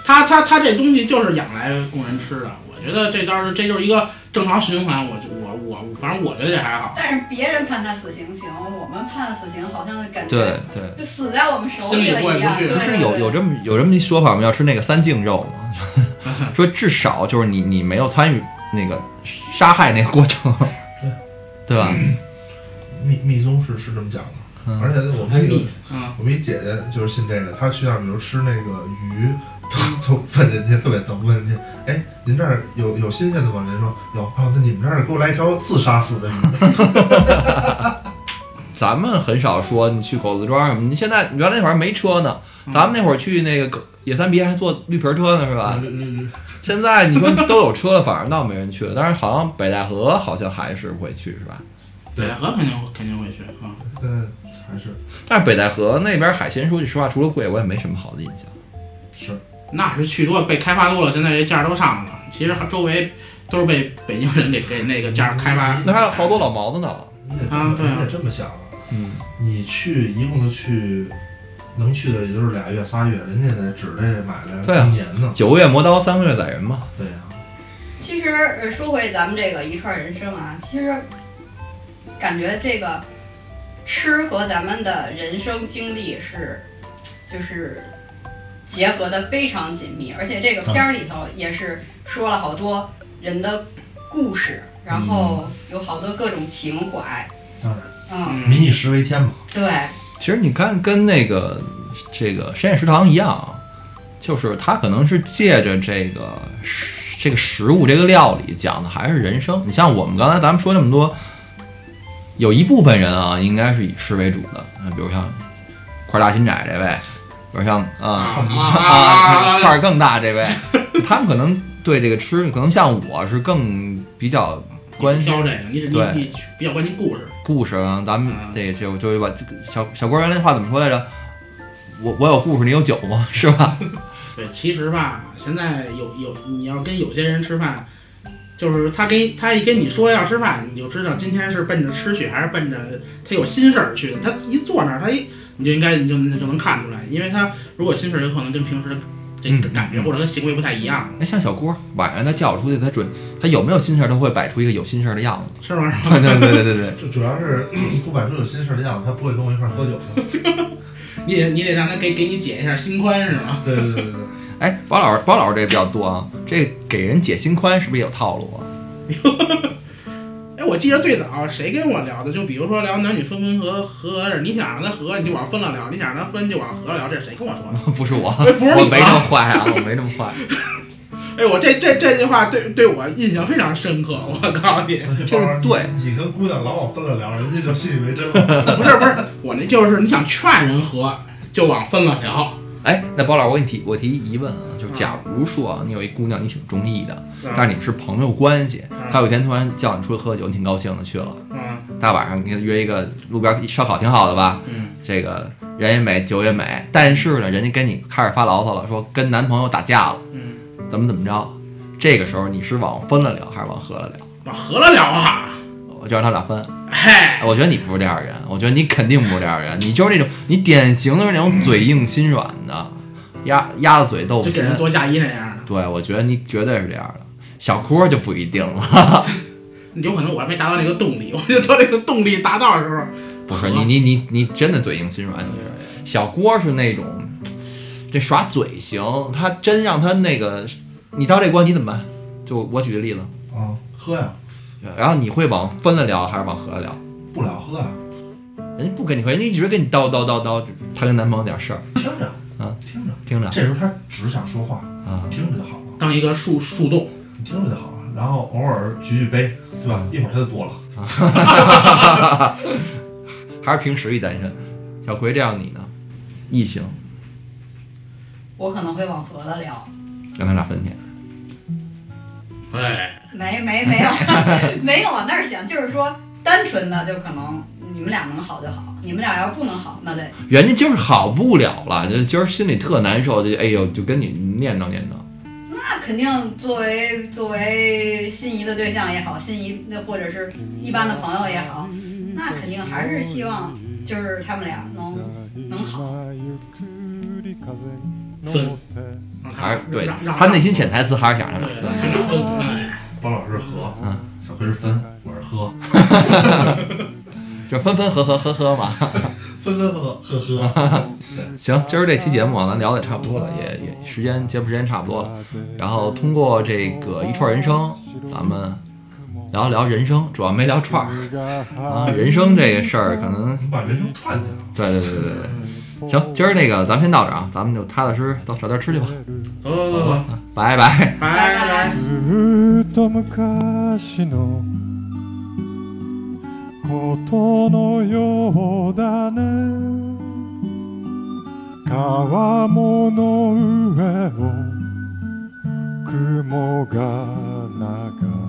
Speaker 2: 他他他这东西就是养来供人吃的，我觉得这倒是这就是一个正常循环。我就我我反正我觉得这还好，
Speaker 3: 但是别人判他死刑行，我们判了死刑好像感觉
Speaker 1: 对对，
Speaker 3: 就死在我们手里了
Speaker 2: 心里
Speaker 3: 一样。
Speaker 2: 过意不
Speaker 1: 不
Speaker 2: 去
Speaker 3: 对
Speaker 1: 是有有这么有这么一说法吗？要吃那个三净肉吗？说至少就是你你没有参与那个杀害那个过程，
Speaker 4: 对
Speaker 1: 对吧？
Speaker 4: 密密宗是是这么讲的。
Speaker 1: 嗯
Speaker 4: 而且我
Speaker 2: 安
Speaker 4: 们那个
Speaker 2: 逸。嗯，
Speaker 4: 我们一姐姐就是信这个，她去那儿比如吃那个鱼，都都问人家特别逗，问人家，哎，您这儿有有新鲜的吗？人家说有啊，那你们这儿给我来一条自杀死的鱼。
Speaker 1: 咱们很少说你去狗子庄什么，你现在原来那会儿没车呢，
Speaker 2: 嗯
Speaker 1: 咱们那会儿去那个狗野三别还坐绿皮儿车呢，是吧？
Speaker 2: 对对对
Speaker 1: 现在你说都有车了，反而倒没人去了。但是好像北戴河好像还是会去，是吧？
Speaker 2: 对，北河肯定会肯定会去啊。
Speaker 4: 嗯，还是
Speaker 1: 但是北戴河那边海鲜，说句实话，除了贵，我也没什么好的印象。
Speaker 4: 是
Speaker 2: 那是去多被开发多了，现在这价儿都上来了。其实周围都是被北京人给给那个价儿开发。
Speaker 1: 那还有好多老毛子呢。
Speaker 4: 你得这
Speaker 2: 啊
Speaker 4: 么
Speaker 2: 对啊
Speaker 4: 你得这么想啊，
Speaker 1: 嗯，
Speaker 4: 你去一共就去，能去的也就是俩月仨月，人家得指着买
Speaker 1: 对
Speaker 4: 了
Speaker 1: 啊
Speaker 4: 一年呢。
Speaker 1: 九个月磨刀，三个月宰人嘛。
Speaker 4: 对啊呀、
Speaker 3: 其实呃说回咱们这个一串人生啊，其实感觉这个吃和咱们的人生经历是就是结合的非常紧密，而且这个片儿里头也是说了好多人的故事，然
Speaker 1: 嗯
Speaker 3: 后有好多各种情怀。
Speaker 4: 当然，
Speaker 3: 嗯，
Speaker 2: 嗯
Speaker 4: 啊民以食为天嘛。
Speaker 3: 对，
Speaker 1: 其实你看，跟那个这个深夜食堂一样，就是他可能是借着这个食这个食物这个料理讲的还是人生。你像我们刚才咱们说那么多，有一部分人啊，应该是以吃为主的，呃比如像块大新仔这位，比如像啊啊块儿更大这位，他们可能对这个吃，可能像我是更比较关心
Speaker 2: 挑这个，你只你
Speaker 1: 对
Speaker 2: 你比较关心故事，
Speaker 1: 故事啊，咱们
Speaker 2: 嗯
Speaker 1: 得就就把这个小小郭原来那话怎么说来着？我我有故事，你有酒吗？ 是吧？
Speaker 2: 对，其实吧，现在有有你要跟有些人吃饭，就是他跟他一跟你说要吃饭，你就知道今天是奔着吃去还是奔着他有心事儿去的。他一坐那儿，他一你就应该你就你就能看出来，因为他如果心事儿，有可能跟平时的这个
Speaker 1: 嗯
Speaker 2: 感觉
Speaker 1: 嗯
Speaker 2: 或者他行为不太一样，
Speaker 1: 哎，像小郭晚上他叫我出去，他准他有没有心事儿，他会摆出一个有心事儿的样子。
Speaker 2: 是吧？
Speaker 1: 对对对对对对，
Speaker 4: 主主要是 不摆出有心事儿的样子，他不会跟我一块儿喝酒
Speaker 2: 嗯
Speaker 4: 的。
Speaker 2: 你得你得让他给给你解一下心宽是吗？
Speaker 4: 对对对对对。
Speaker 1: 哎，包老师包老师这比较多啊，这给人解心宽是不是也有套路啊？
Speaker 2: 哎，我记得最早谁跟我聊的，就比如说聊男女分分合合着，你想让他合，你就往分了聊；你想让他分，就往合了聊。这谁跟我说的？
Speaker 1: 不是我，
Speaker 2: 哎不是你吧
Speaker 1: 我没这么坏啊，我没这么坏。
Speaker 2: 哎，我这这这句话对对我印象非常深刻，我告诉你，
Speaker 1: 就是对
Speaker 4: 你跟姑娘老往分了聊，人家就信以为真了。
Speaker 2: 不是不是，我那就是你想劝人喝，就往分了聊。
Speaker 1: 哎，那包老，我给你提，我提一疑问啊，就假如说啊，你有一姑娘，你挺中意的，
Speaker 2: 嗯
Speaker 1: 但是你们是朋友关系，她有一天突然叫你出来喝酒，你挺高兴的去了，
Speaker 2: 嗯
Speaker 1: 大晚上你约一个路边烧烤挺好的吧，
Speaker 2: 嗯
Speaker 1: 这个人也美，酒也美，但是呢，人家跟你开始发牢骚了，说跟男朋友打架了，
Speaker 2: 嗯，
Speaker 1: 怎么怎么着，这个时候你是往分了聊还是往合了聊？
Speaker 2: 往合了聊啊，哎
Speaker 1: 我就让他俩分。哎
Speaker 2: 嘿，
Speaker 1: 我觉得你不是这样的人，我觉得你肯定不是这样的人，你就是那种你典型的是那种嘴硬心软的，鸭鸭子嘴豆腐
Speaker 2: 就给
Speaker 1: 心
Speaker 2: 人。做嫁衣那样的，
Speaker 1: 对，我觉得你绝对是这样的。小郭就不一定了，
Speaker 2: 有可能我还没达到那个动力，我就到这个动力达到的时候，
Speaker 1: 不是你你你你真的嘴硬心软，你是小郭是那种这耍嘴型，他真让他那个你到这关你怎么办？就我举个例子，
Speaker 4: 啊，喝呀，
Speaker 1: 然后你会往分了聊还是往合了聊？
Speaker 4: 不了喝啊呀，
Speaker 1: 人家不跟你喝，人家一直跟你叨叨叨叨，她跟男朋友点事儿，
Speaker 4: 听着，
Speaker 1: 嗯，
Speaker 4: 听着。
Speaker 1: 听着
Speaker 4: 这时候他只想说话，
Speaker 1: 啊
Speaker 4: 你，听着就好了，
Speaker 2: 当一个树树洞，
Speaker 4: 你听着就好了。然后偶尔举举杯，对吧？一会儿他就多了。
Speaker 1: 还是凭实力单身。小葵这样你呢？异性
Speaker 3: 我可能会往合了聊。
Speaker 1: 让他俩分去，
Speaker 2: 哎，
Speaker 3: 没没没有 没有往那儿想，就是说单纯的就可能你们俩能好就好，你们俩要不能好，那得
Speaker 1: 人家就是好不了了，就今儿心里特难受，就哎呦就跟你念叨念叨。
Speaker 3: 那肯定作为作为心仪的对象也好，心仪的或者是一般的朋友也好，那肯定还是希望就是他们俩能能好。
Speaker 1: 还是对
Speaker 2: 啊让让
Speaker 1: 他内心潜台词啊还是想让他俩
Speaker 2: 对
Speaker 1: 分。
Speaker 2: 让分哎
Speaker 4: 包老师喝，
Speaker 1: 嗯，
Speaker 4: 小辉是分，我是 喝，
Speaker 1: 就分分合合合合嘛。
Speaker 4: 分分合合 呵呵。
Speaker 1: 行，今儿这期节目啊，咱聊的也差不多了，也也时间节目时间差不多
Speaker 5: 啊
Speaker 1: 了。然后通过这个一串人生，咱们聊一聊人生，主要没聊串儿啊。人生这个事儿，可能
Speaker 4: 你把人生串起来了。
Speaker 1: 对对对对对。行，今儿那个咱们先到这儿啊，咱们就踏踏实实到找地儿吃去吧，
Speaker 2: 走走走走，
Speaker 1: 拜拜。
Speaker 2: 拜
Speaker 3: 拜
Speaker 2: 拜
Speaker 3: 拜。
Speaker 5: ずーっと昔のことのようだね川もの上を雲が流